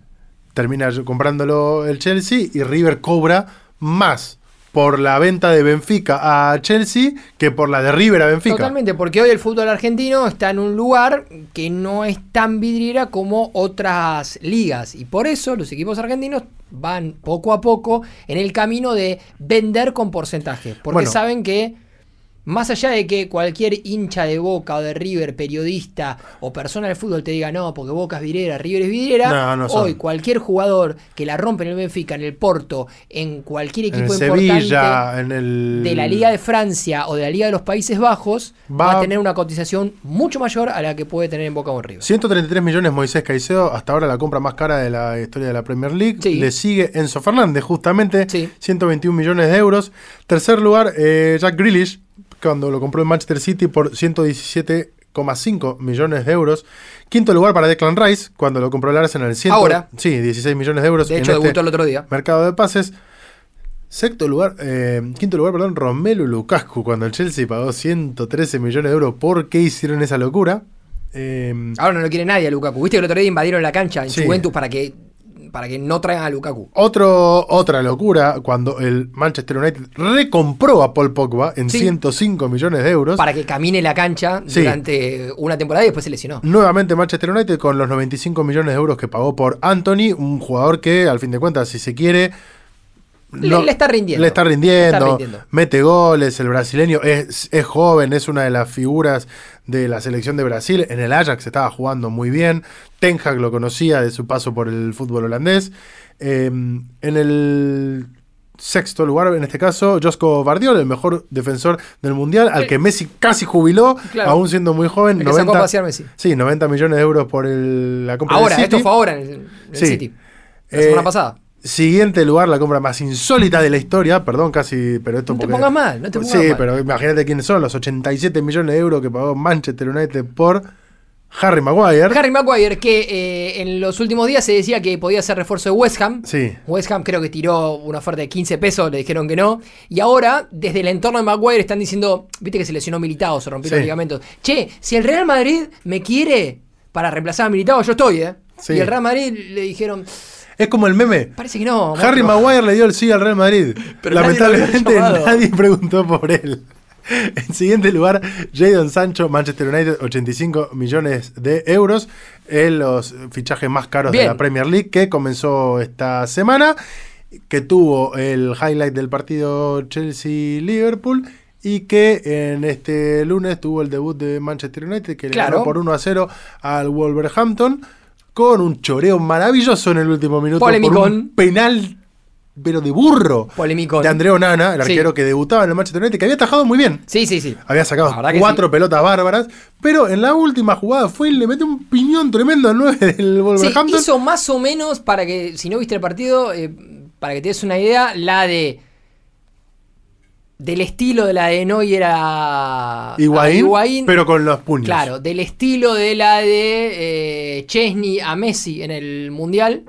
S1: Termina yo- comprándolo el Chelsea. Y River cobra más por la venta de Benfica a Chelsea que por la de River a Benfica.
S2: Totalmente, porque hoy el fútbol argentino está en un lugar que no es tan vidriera como otras ligas. Y por eso los equipos argentinos van poco a poco en el camino de vender con porcentaje. Porque
S1: Bueno.
S2: saben que, más allá de que cualquier hincha de Boca o de River, periodista o persona del fútbol te diga, no, porque Boca es vidriera, River es vidriera,
S1: No, no son.
S2: hoy cualquier jugador que la rompe en el Benfica, en el Porto, en cualquier
S1: En el
S2: equipo importante
S1: Sevilla, en el.
S2: de la Liga de Francia o de la Liga de los Países Bajos va,
S1: Va-
S2: a tener una cotización mucho mayor a la que puede tener en Boca o en River.
S1: 133 millones Moisés Caicedo, hasta ahora la compra más cara de la historia de la Premier League.
S2: Sí.
S1: Le sigue Enzo Fernández, justamente,
S2: Sí.
S1: 121 millones de euros. Tercer lugar, eh, Jack Grealish, cuando lo compró en Manchester City por 117,5 millones de euros. Quinto lugar para Declan Rice, cuando lo compró el Arsenal. 100,
S2: Ahora.
S1: Sí, 16 millones de euros.
S2: De
S1: en
S2: hecho,
S1: este
S2: debutó el otro día.
S1: mercado de pases. Sexto lugar, eh, quinto lugar, perdón, Romelu Lukaku, cuando el Chelsea pagó 113 millones de euros. ¿Por qué hicieron esa locura? Eh,
S2: Ahora no lo quiere nadie a Lukaku. Viste que el otro día invadieron la cancha en
S1: Sí.
S2: Juventus para que, para que no traigan a Lukaku.
S1: Otro, otra locura cuando el Manchester United recompró a Paul Pogba en
S2: Sí.
S1: 105 millones de euros.
S2: Para que camine la cancha
S1: Sí.
S2: durante una temporada y después se lesionó.
S1: Nuevamente Manchester United con los 95 millones de euros que pagó por Anthony, un jugador que al fin de cuentas, si se quiere...
S2: Le-
S1: no-
S2: le está rindiendo.
S1: Le está rindiendo,
S2: Le está rindiendo.
S1: mete goles, el brasileño es, es joven, es una de las figuras de la selección de Brasil, en el Ajax estaba jugando muy bien, Ten Hag lo conocía de su paso por el fútbol holandés, Eh, en el sexto lugar, en este caso, Josco Bardiol, el mejor defensor del Mundial, al que Messi casi jubiló,
S2: Claro.
S1: aún siendo muy joven,
S2: El que sacó a
S1: 90,
S2: pasear Messi.
S1: Sí, 90 millones de euros por el- la compra
S2: Ahora,
S1: del City.
S2: esto fue ahora en el, en el
S1: Sí.
S2: City. La
S1: Eh,
S2: semana pasada.
S1: Siguiente lugar, la compra más insólita de la historia. Perdón, casi, pero esto
S2: No te
S1: porque-
S2: pongas mal, no te pongas
S1: Sí,
S2: mal.
S1: pero imagínate quiénes son los 87 millones de euros que pagó Manchester United por Harry Maguire.
S2: Harry Maguire, que eh, en los últimos días se decía que podía ser refuerzo de West Ham.
S1: Sí.
S2: West Ham creo que tiró una oferta de 15 pesos, le dijeron que no. Y ahora, desde el entorno de Maguire, están diciendo, viste que se lesionó militado, se rompió los
S1: Sí.
S2: ligamentos. Che, si el Real Madrid me quiere, para reemplazar a Militao, yo estoy, ¿eh?
S1: Sí.
S2: Y el Real Madrid le dijeron,
S1: Es como el meme.
S2: parece que no.
S1: Harry
S2: monstruo".
S1: Maguire le dio el sí al Real Madrid.
S2: Pero nadie lo había
S1: Lamentablemente nadie,
S2: llamado.
S1: preguntó por él. En siguiente lugar, Jadon Sancho, Manchester United, 85 millones de euros. En los fichajes más caros de
S2: Bien.
S1: la Premier League que comenzó esta semana. Que tuvo el highlight del partido Chelsea-Liverpool. Y que en este lunes tuvo el debut de Manchester United, que le
S2: Claro.
S1: ganó por 1 a 0 al Wolverhampton. Con un choreo maravilloso en el último minuto. por un
S2: Polemicón.
S1: penal, pero de burro.
S2: Polémico.
S1: De Andreo Nana, el
S2: Sí.
S1: arquero que debutaba en el Manchester United, que había tajado muy bien.
S2: Sí, sí, sí.
S1: Había sacado
S2: La verdad que
S1: cuatro pelotas bárbaras, pero en la última jugada fue y le metió un piñón tremendo al 9 del
S2: Sí,
S1: Wolverhampton.
S2: hizo más o menos para que, si no viste el partido, eh, para que te des una idea, la de. Del estilo de la de Neuer a. a
S1: Higuaín,
S2: Higuaín.
S1: pero con los puños.
S2: Claro, del estilo de la de eh, Chesney a Messi en el Mundial.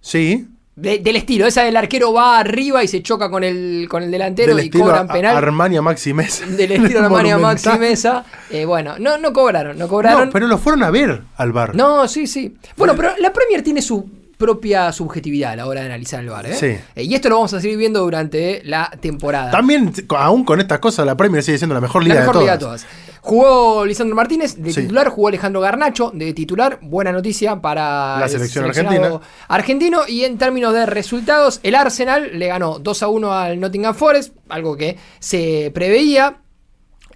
S1: Sí.
S2: De- del estilo, esa del arquero va arriba y se choca con el, con el delantero
S1: del
S2: y
S1: estilo
S2: cobran
S1: a-
S2: penal.
S1: Armani a Maxi Mesa.
S2: del estilo de Armani a Maxi
S1: Monumental.
S2: Mesa. Eh, bueno, no, no cobraron, no cobraron.
S1: No, pero lo fueron a ver al bar.
S2: No, sí, sí. Bueno, pero la Premier tiene su propia subjetividad a la hora de analizar el bar, ¿eh?
S1: Sí.
S2: Eh, Y esto lo vamos a seguir viendo durante la temporada.
S1: También, aún con estas cosas, la Premier sigue siendo la mejor liga,
S2: la mejor
S1: de,
S2: liga de
S1: todas.
S2: todas. Jugó Lisandro Martínez de
S1: Sí.
S2: titular, jugó Alejandro Garnacho de titular. Buena noticia para
S1: La
S2: el
S1: selección
S2: seleccionado argentino. Y en términos de resultados, el Arsenal le ganó 2 a 1 al Nottingham Forest, algo que se preveía.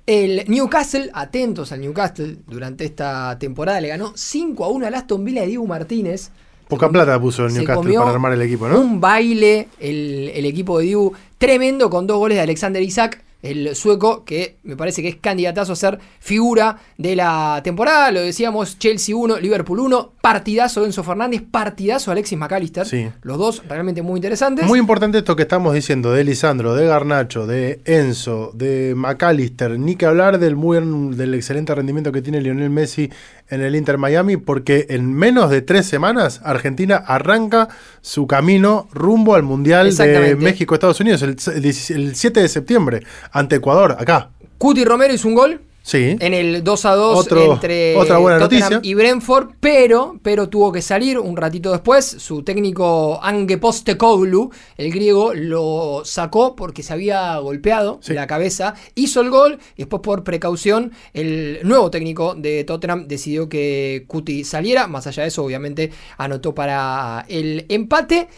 S2: El Newcastle, atentos al Newcastle, durante esta temporada le ganó 5 a 1 al Aston Villa de Diego Martínez.
S1: Poca plata puso el
S2: Se
S1: Newcastle
S2: comió
S1: para armar el equipo, ¿no?
S2: Un baile el, el equipo de Dibu tremendo con dos goles de Alexander Isaac, el sueco, que me parece que es candidatazo a ser figura de la temporada. Lo decíamos, Chelsea 1, Liverpool 1, partidazo de Enzo Fernández, partidazo de Alexis McAllister.
S1: Sí.
S2: Los dos realmente muy interesantes.
S1: Muy importante esto que estamos diciendo de Lisandro, de Garnacho, de Enzo, de McAllister, ni que hablar del muy buen- del excelente rendimiento que tiene Lionel Messi en el Inter Miami, porque en menos de tres semanas Argentina arranca su camino rumbo al Mundial de
S2: Exactamente.
S1: México-Estados Unidos, el, el 10 el 7 de septiembre, ante Ecuador, acá.
S2: Cuti Romero hizo un gol.
S1: Sí.
S2: en el 2 a 2
S1: Otro-
S2: entre
S1: otra buena
S2: Tottenham
S1: noticia.
S2: y Brentford, pero, pero tuvo que salir un ratito después. Su técnico Ange Postecoglou, el griego, lo sacó porque se había golpeado
S1: Sí.
S2: la cabeza, hizo el gol y después por precaución el nuevo técnico de Tottenham decidió que Cuti saliera. Más allá de eso, obviamente anotó para el empate.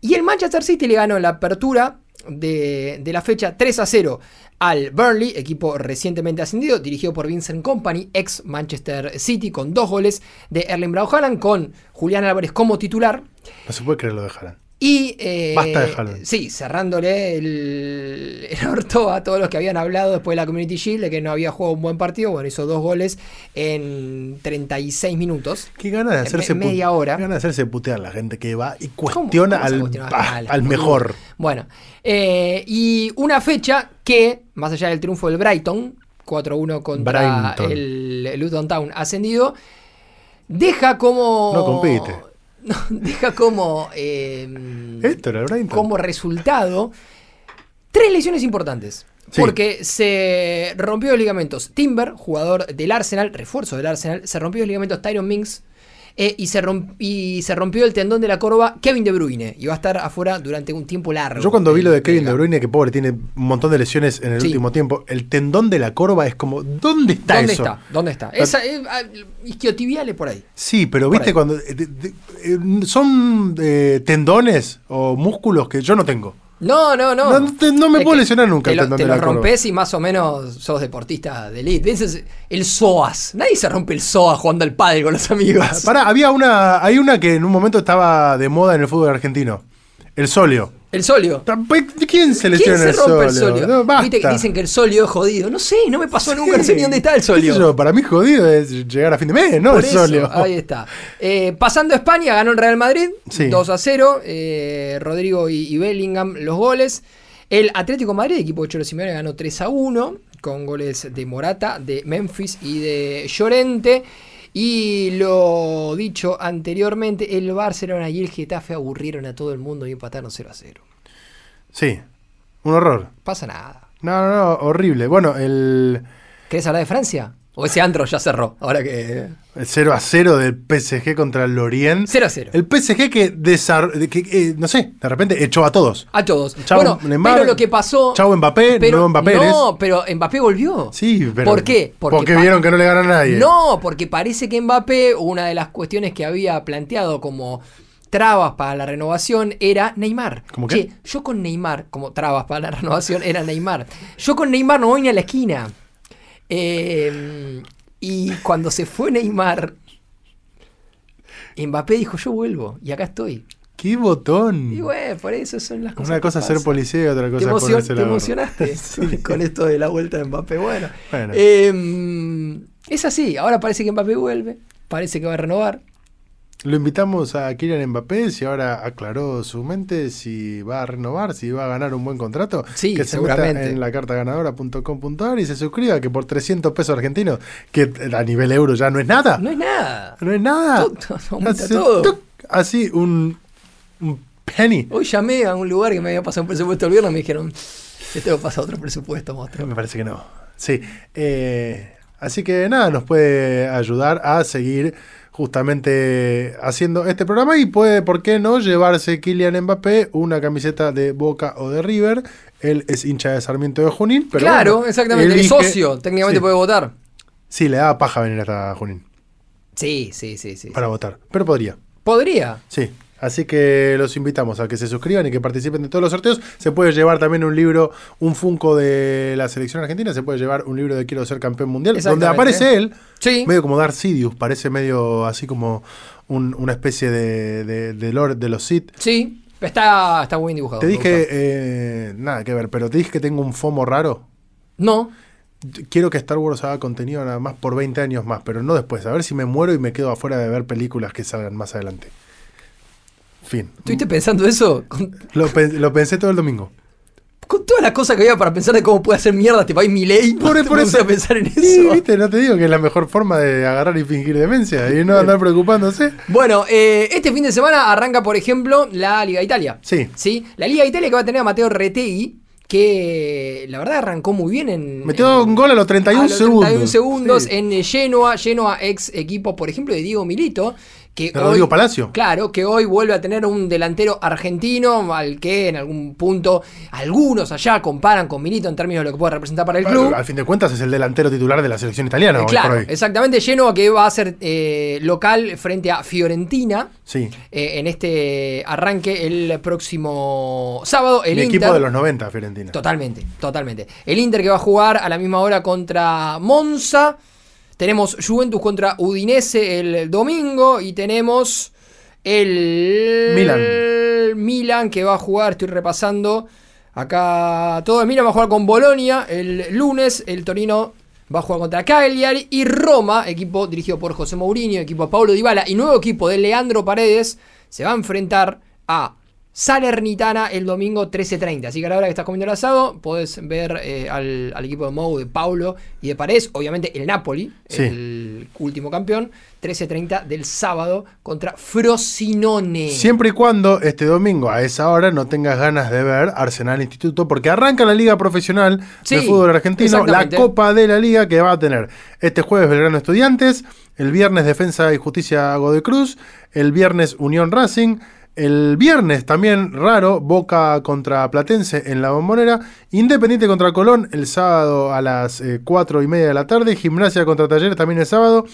S2: Y el Manchester City le ganó en la apertura de, de la fecha 3 a 0 al Burnley, equipo recientemente ascendido, dirigido por Vincent Company, ex Manchester City, con dos goles de Erling Braut Haaland, con Julián Álvarez como titular.
S1: No se puede creer lo de Haaland.
S2: Y. eh,
S1: Basta de Haaland.
S2: Sí, cerrándole el, el orto a todos los que habían hablado después de la Community Shield de que no había jugado un buen partido. Bueno, hizo dos goles en 36 minutos.
S1: Qué ganas de
S2: Me-
S1: hacerse, put-
S2: media hora.
S1: qué ganas de hacerse putear la gente que va y
S2: ¿Cómo-
S1: cuestiona
S2: cómo se
S1: al,
S2: cuestiona
S1: a-
S2: al-
S1: al
S2: boludo?
S1: mejor.
S2: Bueno, eh, y una fecha que, más allá del triunfo del Brighton, 4-1 contra
S1: Brighton.
S2: el Luton Town ascendido, deja como.
S1: No compite.
S2: No, deja como. eh,
S1: Esto era el Brighton.
S2: como resultado tres lesiones importantes.
S1: Sí.
S2: Porque se rompió los ligamentos Timber, jugador del Arsenal, refuerzo del Arsenal, se rompió los ligamentos Tyron Minks eh, y, se romp- y se rompió el tendón de la corva Kevin De Bruyne. Y va a estar afuera durante un tiempo largo.
S1: Yo cuando vi lo de
S2: Eh,
S1: Kevin De Bruyne, que pobre, tiene un montón de lesiones en el
S2: Sí.
S1: último tiempo, el tendón de la corva es como, ¿dónde está
S2: ¿Dónde
S1: eso?
S2: está? ¿Dónde está? Esa, eh, ah, isquiotibiales por ahí.
S1: Sí, pero
S2: Por
S1: viste
S2: ahí.
S1: cuando... eh, de- de- eh, son eh, tendones o músculos que yo no tengo.
S2: No, no, no.
S1: No, no te- no me
S2: Es
S1: puedo
S2: que
S1: lesionar nunca
S2: Te
S1: el
S2: lo,
S1: tendón
S2: te
S1: de
S2: lo
S1: la corva.
S2: rompes y más o menos sos deportista de elite. Ese es el SOAS. Nadie se rompe el SOAS jugando al pádel con los amigos.
S1: Pará, había una, hay una que en un momento estaba de moda en el fútbol argentino. El solio.
S2: El solio.
S1: Tamp- ¿Quién se
S2: ¿Quién
S1: lesiona
S2: se rompe el
S1: el solio?
S2: solio?
S1: No, basta.
S2: Viste que dicen que el solio es jodido. No sé, no me pasó nunca, no sé ni dónde está
S1: ¿Qué
S2: el
S1: sé
S2: solio.
S1: yo? Para mí jodido es llegar a fin de mes, no
S2: Por
S1: el
S2: eso,
S1: solio.
S2: Ahí está. Eh, pasando a España, ganó el Real Madrid
S1: Sí.
S2: 2 a 0. eh, Rodrigo y, y Bellingham los goles. El Atlético de Madrid, equipo de Cholo Simeone, ganó 3 a 1 con goles de Morata, de Memphis y de Llorente. Y lo dicho anteriormente, el Barcelona y el Getafe aburrieron a todo el mundo y empataron 0 a 0.
S1: Sí, un horror.
S2: Pasa nada.
S1: No, no, no, horrible. Bueno, el...
S2: ¿Querés hablar de Francia? O ese antro ya cerró, ahora que...
S1: El 0 a 0 del PSG contra el Lorient.
S2: 0 a 0.
S1: El PSG que, desar- que, eh, no sé, de repente echó a todos.
S2: A todos.
S1: Chau,
S2: bueno,
S1: Neymar.
S2: pero lo que pasó...
S1: Chau, Mbappé,
S2: pero,
S1: no Mbappé,
S2: No, pero Mbappé volvió.
S1: Sí, pero.
S2: ¿Por qué?
S1: Porque,
S2: pa-
S1: vieron que no le ganan a nadie.
S2: No, porque parece que Mbappé, una de las cuestiones que había planteado como trabas para la renovación era Neymar.
S1: ¿Cómo qué?
S2: que? yo con Neymar, como trabas para la renovación era Neymar. Yo con Neymar no voy ni a la esquina. Eh, y cuando se fue Neymar, Mbappé dijo, yo vuelvo y acá estoy.
S1: ¡Qué botón!
S2: Y bueno, por eso son las cosas.
S1: Una
S2: que
S1: cosa es ser
S2: pasan.
S1: policía y otra cosa es
S2: Te, emocion-
S1: ponerse
S2: te
S1: la gorra.
S2: emocionaste con esto de la vuelta de Mbappé. Bueno,
S1: Bueno.
S2: Eh, es así. Ahora parece que Mbappé vuelve. Parece que va a renovar.
S1: Lo invitamos a Kylian Mbappé, si ahora aclaró su mente, si va a renovar, si va a ganar un buen contrato.
S2: Sí,
S1: que se meta
S2: seguramente.
S1: en la cartaganadora.com.ar y se suscriba, que por 300 pesos argentinos, que a nivel euro ya no es nada.
S2: No es nada.
S1: No es nada.
S2: Todo- todo- aumenta
S1: Ah. Hace
S2: todo.
S1: tuc, así un, un penny.
S2: Hoy llamé a un lugar que me había pasado un presupuesto el viernes y me dijeron, te tengo que pasar otro presupuesto, monstruo.
S1: Me parece que no. Sí. eh, así que nada, nos puede ayudar a seguir justamente haciendo este programa y puede, ¿por qué no?, llevarse Kylian Mbappé una camiseta de Boca o de River. Él es hincha de Sarmiento de Junín, pero
S2: claro,
S1: bueno,
S2: exactamente. El
S1: elige-
S2: socio técnicamente
S1: sí,
S2: puede votar.
S1: Sí, le daba paja venir hasta Junín
S2: Sí, sí, sí, sí.
S1: para votar, pero podría.
S2: Podría.
S1: Sí. Así que los invitamos a que se suscriban y que participen de todos los sorteos. Se puede llevar también un libro, un Funko de la selección argentina. Se puede llevar un libro de Quiero ser campeón mundial, donde
S2: Exactamente.
S1: aparece él,
S2: Sí.
S1: medio como Darth Sidious, parece medio así como un- una especie de, de, de Lord de los Sith.
S2: Sí. Está, está muy bien dibujado.
S1: Te
S2: me
S1: dije,
S2: gusta.
S1: eh, nada que ver, pero te dije que tengo un FOMO raro.
S2: No.
S1: Quiero que Star Wars haga contenido nada más por 20 años más, pero no después. A ver si me muero y me quedo afuera de ver películas que salgan más adelante. Fin.
S2: ¿Estuviste pensando eso? Con,
S1: Lo pen- lo pensé todo el domingo.
S2: Con todas las cosas que había para pensar de cómo puede hacer mierda este país Milei,
S1: Por-
S2: no
S1: por
S2: te
S1: eso.
S2: puse a pensar en eso.
S1: Sí, viste, no te digo que es la mejor forma de agarrar y fingir demencia y no andar preocupándose.
S2: Bueno, eh, este fin de semana arranca, por ejemplo, la Liga de Italia.
S1: Sí.
S2: ¿Sí? La Liga de Italia que va a tener a Mateo Retegui, que la verdad arrancó muy bien en...
S1: Metió
S2: en-
S1: un gol a los
S2: a
S1: 31
S2: los
S1: segundos.
S2: 31 segundos
S1: Sí.
S2: en eh, Genoa, Genoa ex equipo, por ejemplo, de Diego Milito. Que
S1: De
S2: hoy-
S1: Rodrigo Palacio.
S2: Claro, que hoy vuelve a tener un delantero argentino, al que en algún punto algunos allá comparan con Milito en términos de lo que puede representar para el club.
S1: Al fin de cuentas es el delantero titular de la selección italiana
S2: Eh,
S1: hoy
S2: claro,
S1: por hoy.
S2: exactamente. Genoa que va a ser eh, local frente a Fiorentina.
S1: Sí.
S2: eh, en este arranque el próximo sábado. El
S1: El equipo
S2: Inter-
S1: de los 90, Fiorentina.
S2: Totalmente, totalmente. El Inter que va a jugar a la misma hora contra Monza. Tenemos Juventus contra Udinese el domingo. Y tenemos el Milan. que va a jugar, estoy repasando. Acá todo el Milan va a jugar con Bolonia el lunes. El Torino va a jugar contra Cagliari. Y Roma, equipo dirigido por José Mourinho, equipo de Paulo Dybala y nuevo equipo de Leandro Paredes, se va a enfrentar a Salernitana el domingo 13.30. Así que a la hora que estás comiendo el asado, podés ver eh, al, al equipo de Mou, de Paulo y de Paredes. Obviamente el Napoli,
S1: Sí.
S2: el último campeón. 13.30 del sábado contra Frosinone.
S1: Siempre y cuando este domingo a esa hora no tengas ganas de ver Arsenal Instituto, porque arranca la Liga Profesional
S2: Sí,
S1: de Fútbol Argentino, la
S2: exactamente.
S1: Copa de la Liga que va a tener este jueves Belgrano Estudiantes, el viernes Defensa y Justicia Godoy Cruz, el viernes Unión Racing, el viernes también raro Boca contra Platense en la Bombonera, Independiente contra Colón el sábado a las 4 y media de la tarde, Gimnasia contra Talleres también el sábado.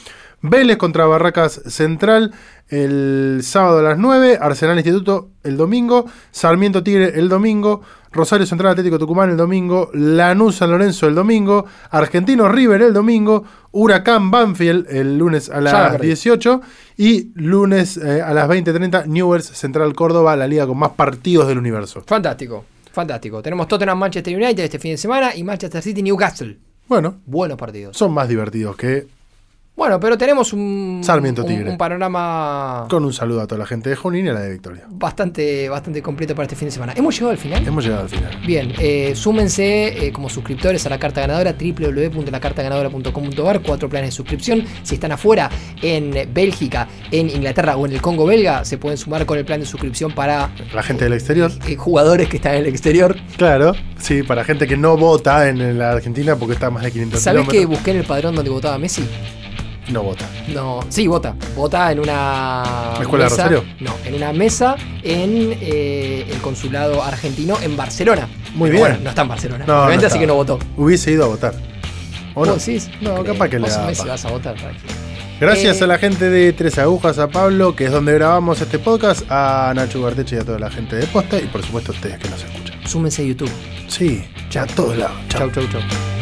S1: Vélez contra Barracas Central el sábado a las 9, Arsenal Instituto el domingo, Sarmiento Tigre el domingo, Rosario Central Atlético Tucumán el domingo, Lanús San Lorenzo el domingo, Argentino River el domingo, Huracán Banfield el lunes a
S2: la
S1: las
S2: perdí.
S1: 18 y lunes eh, a las 20:30 Newell's Central Córdoba, la liga con más partidos del universo.
S2: Fantástico, fantástico. Tenemos Tottenham Manchester United este fin de semana y Manchester City Newcastle.
S1: Bueno,
S2: Buenos partidos.
S1: son más divertidos que
S2: Bueno, pero tenemos un,
S1: Sarmiento
S2: un-
S1: Tigre.
S2: un panorama
S1: Con un saludo a toda la gente de Junín y a la de Victoria.
S2: bastante, bastante completo para este fin de semana. ¿Hemos llegado al final?
S1: Hemos llegado al final.
S2: Bien, eh, súmense eh, como suscriptores a la carta ganadora www.lacartaganadora.com.ar, cuatro planes de suscripción. Si están afuera, en Bélgica, en Inglaterra o en el Congo belga, se pueden sumar con el plan de suscripción para
S1: La gente del exterior.
S2: eh, jugadores que están en el exterior.
S1: Claro, sí, para gente que no vota en la Argentina porque está a más de 500
S2: ¿Sabes que
S1: kilómetros.
S2: busqué en el padrón donde votaba Messi?
S1: No vota.
S2: No, sí, vota. Vota en una.
S1: ¿La escuela de
S2: mesa,
S1: Rosario?
S2: No, en una mesa en eh, el consulado argentino en Barcelona.
S1: Muy
S2: Pero
S1: bien.
S2: Bueno, no está en Barcelona.
S1: No, no
S2: obviamente, así
S1: está.
S2: que no votó.
S1: Hubiese ido a votar. ¿O no?
S2: ¿Vos decís?
S1: No,
S2: creo.
S1: capaz que le
S2: Vos
S1: da
S2: a Messi
S1: paja.
S2: vas a votar, tranquilo.
S1: Gracias
S2: Eh,
S1: a la gente de Tres Agujas, a Pablo, que es donde grabamos este podcast, a Nacho Garteche y a toda la gente de Posta, y por supuesto a ustedes que nos escuchan.
S2: Súmense a YouTube.
S1: Sí, ya a todos lados. Chau.
S2: chau, chau. chau.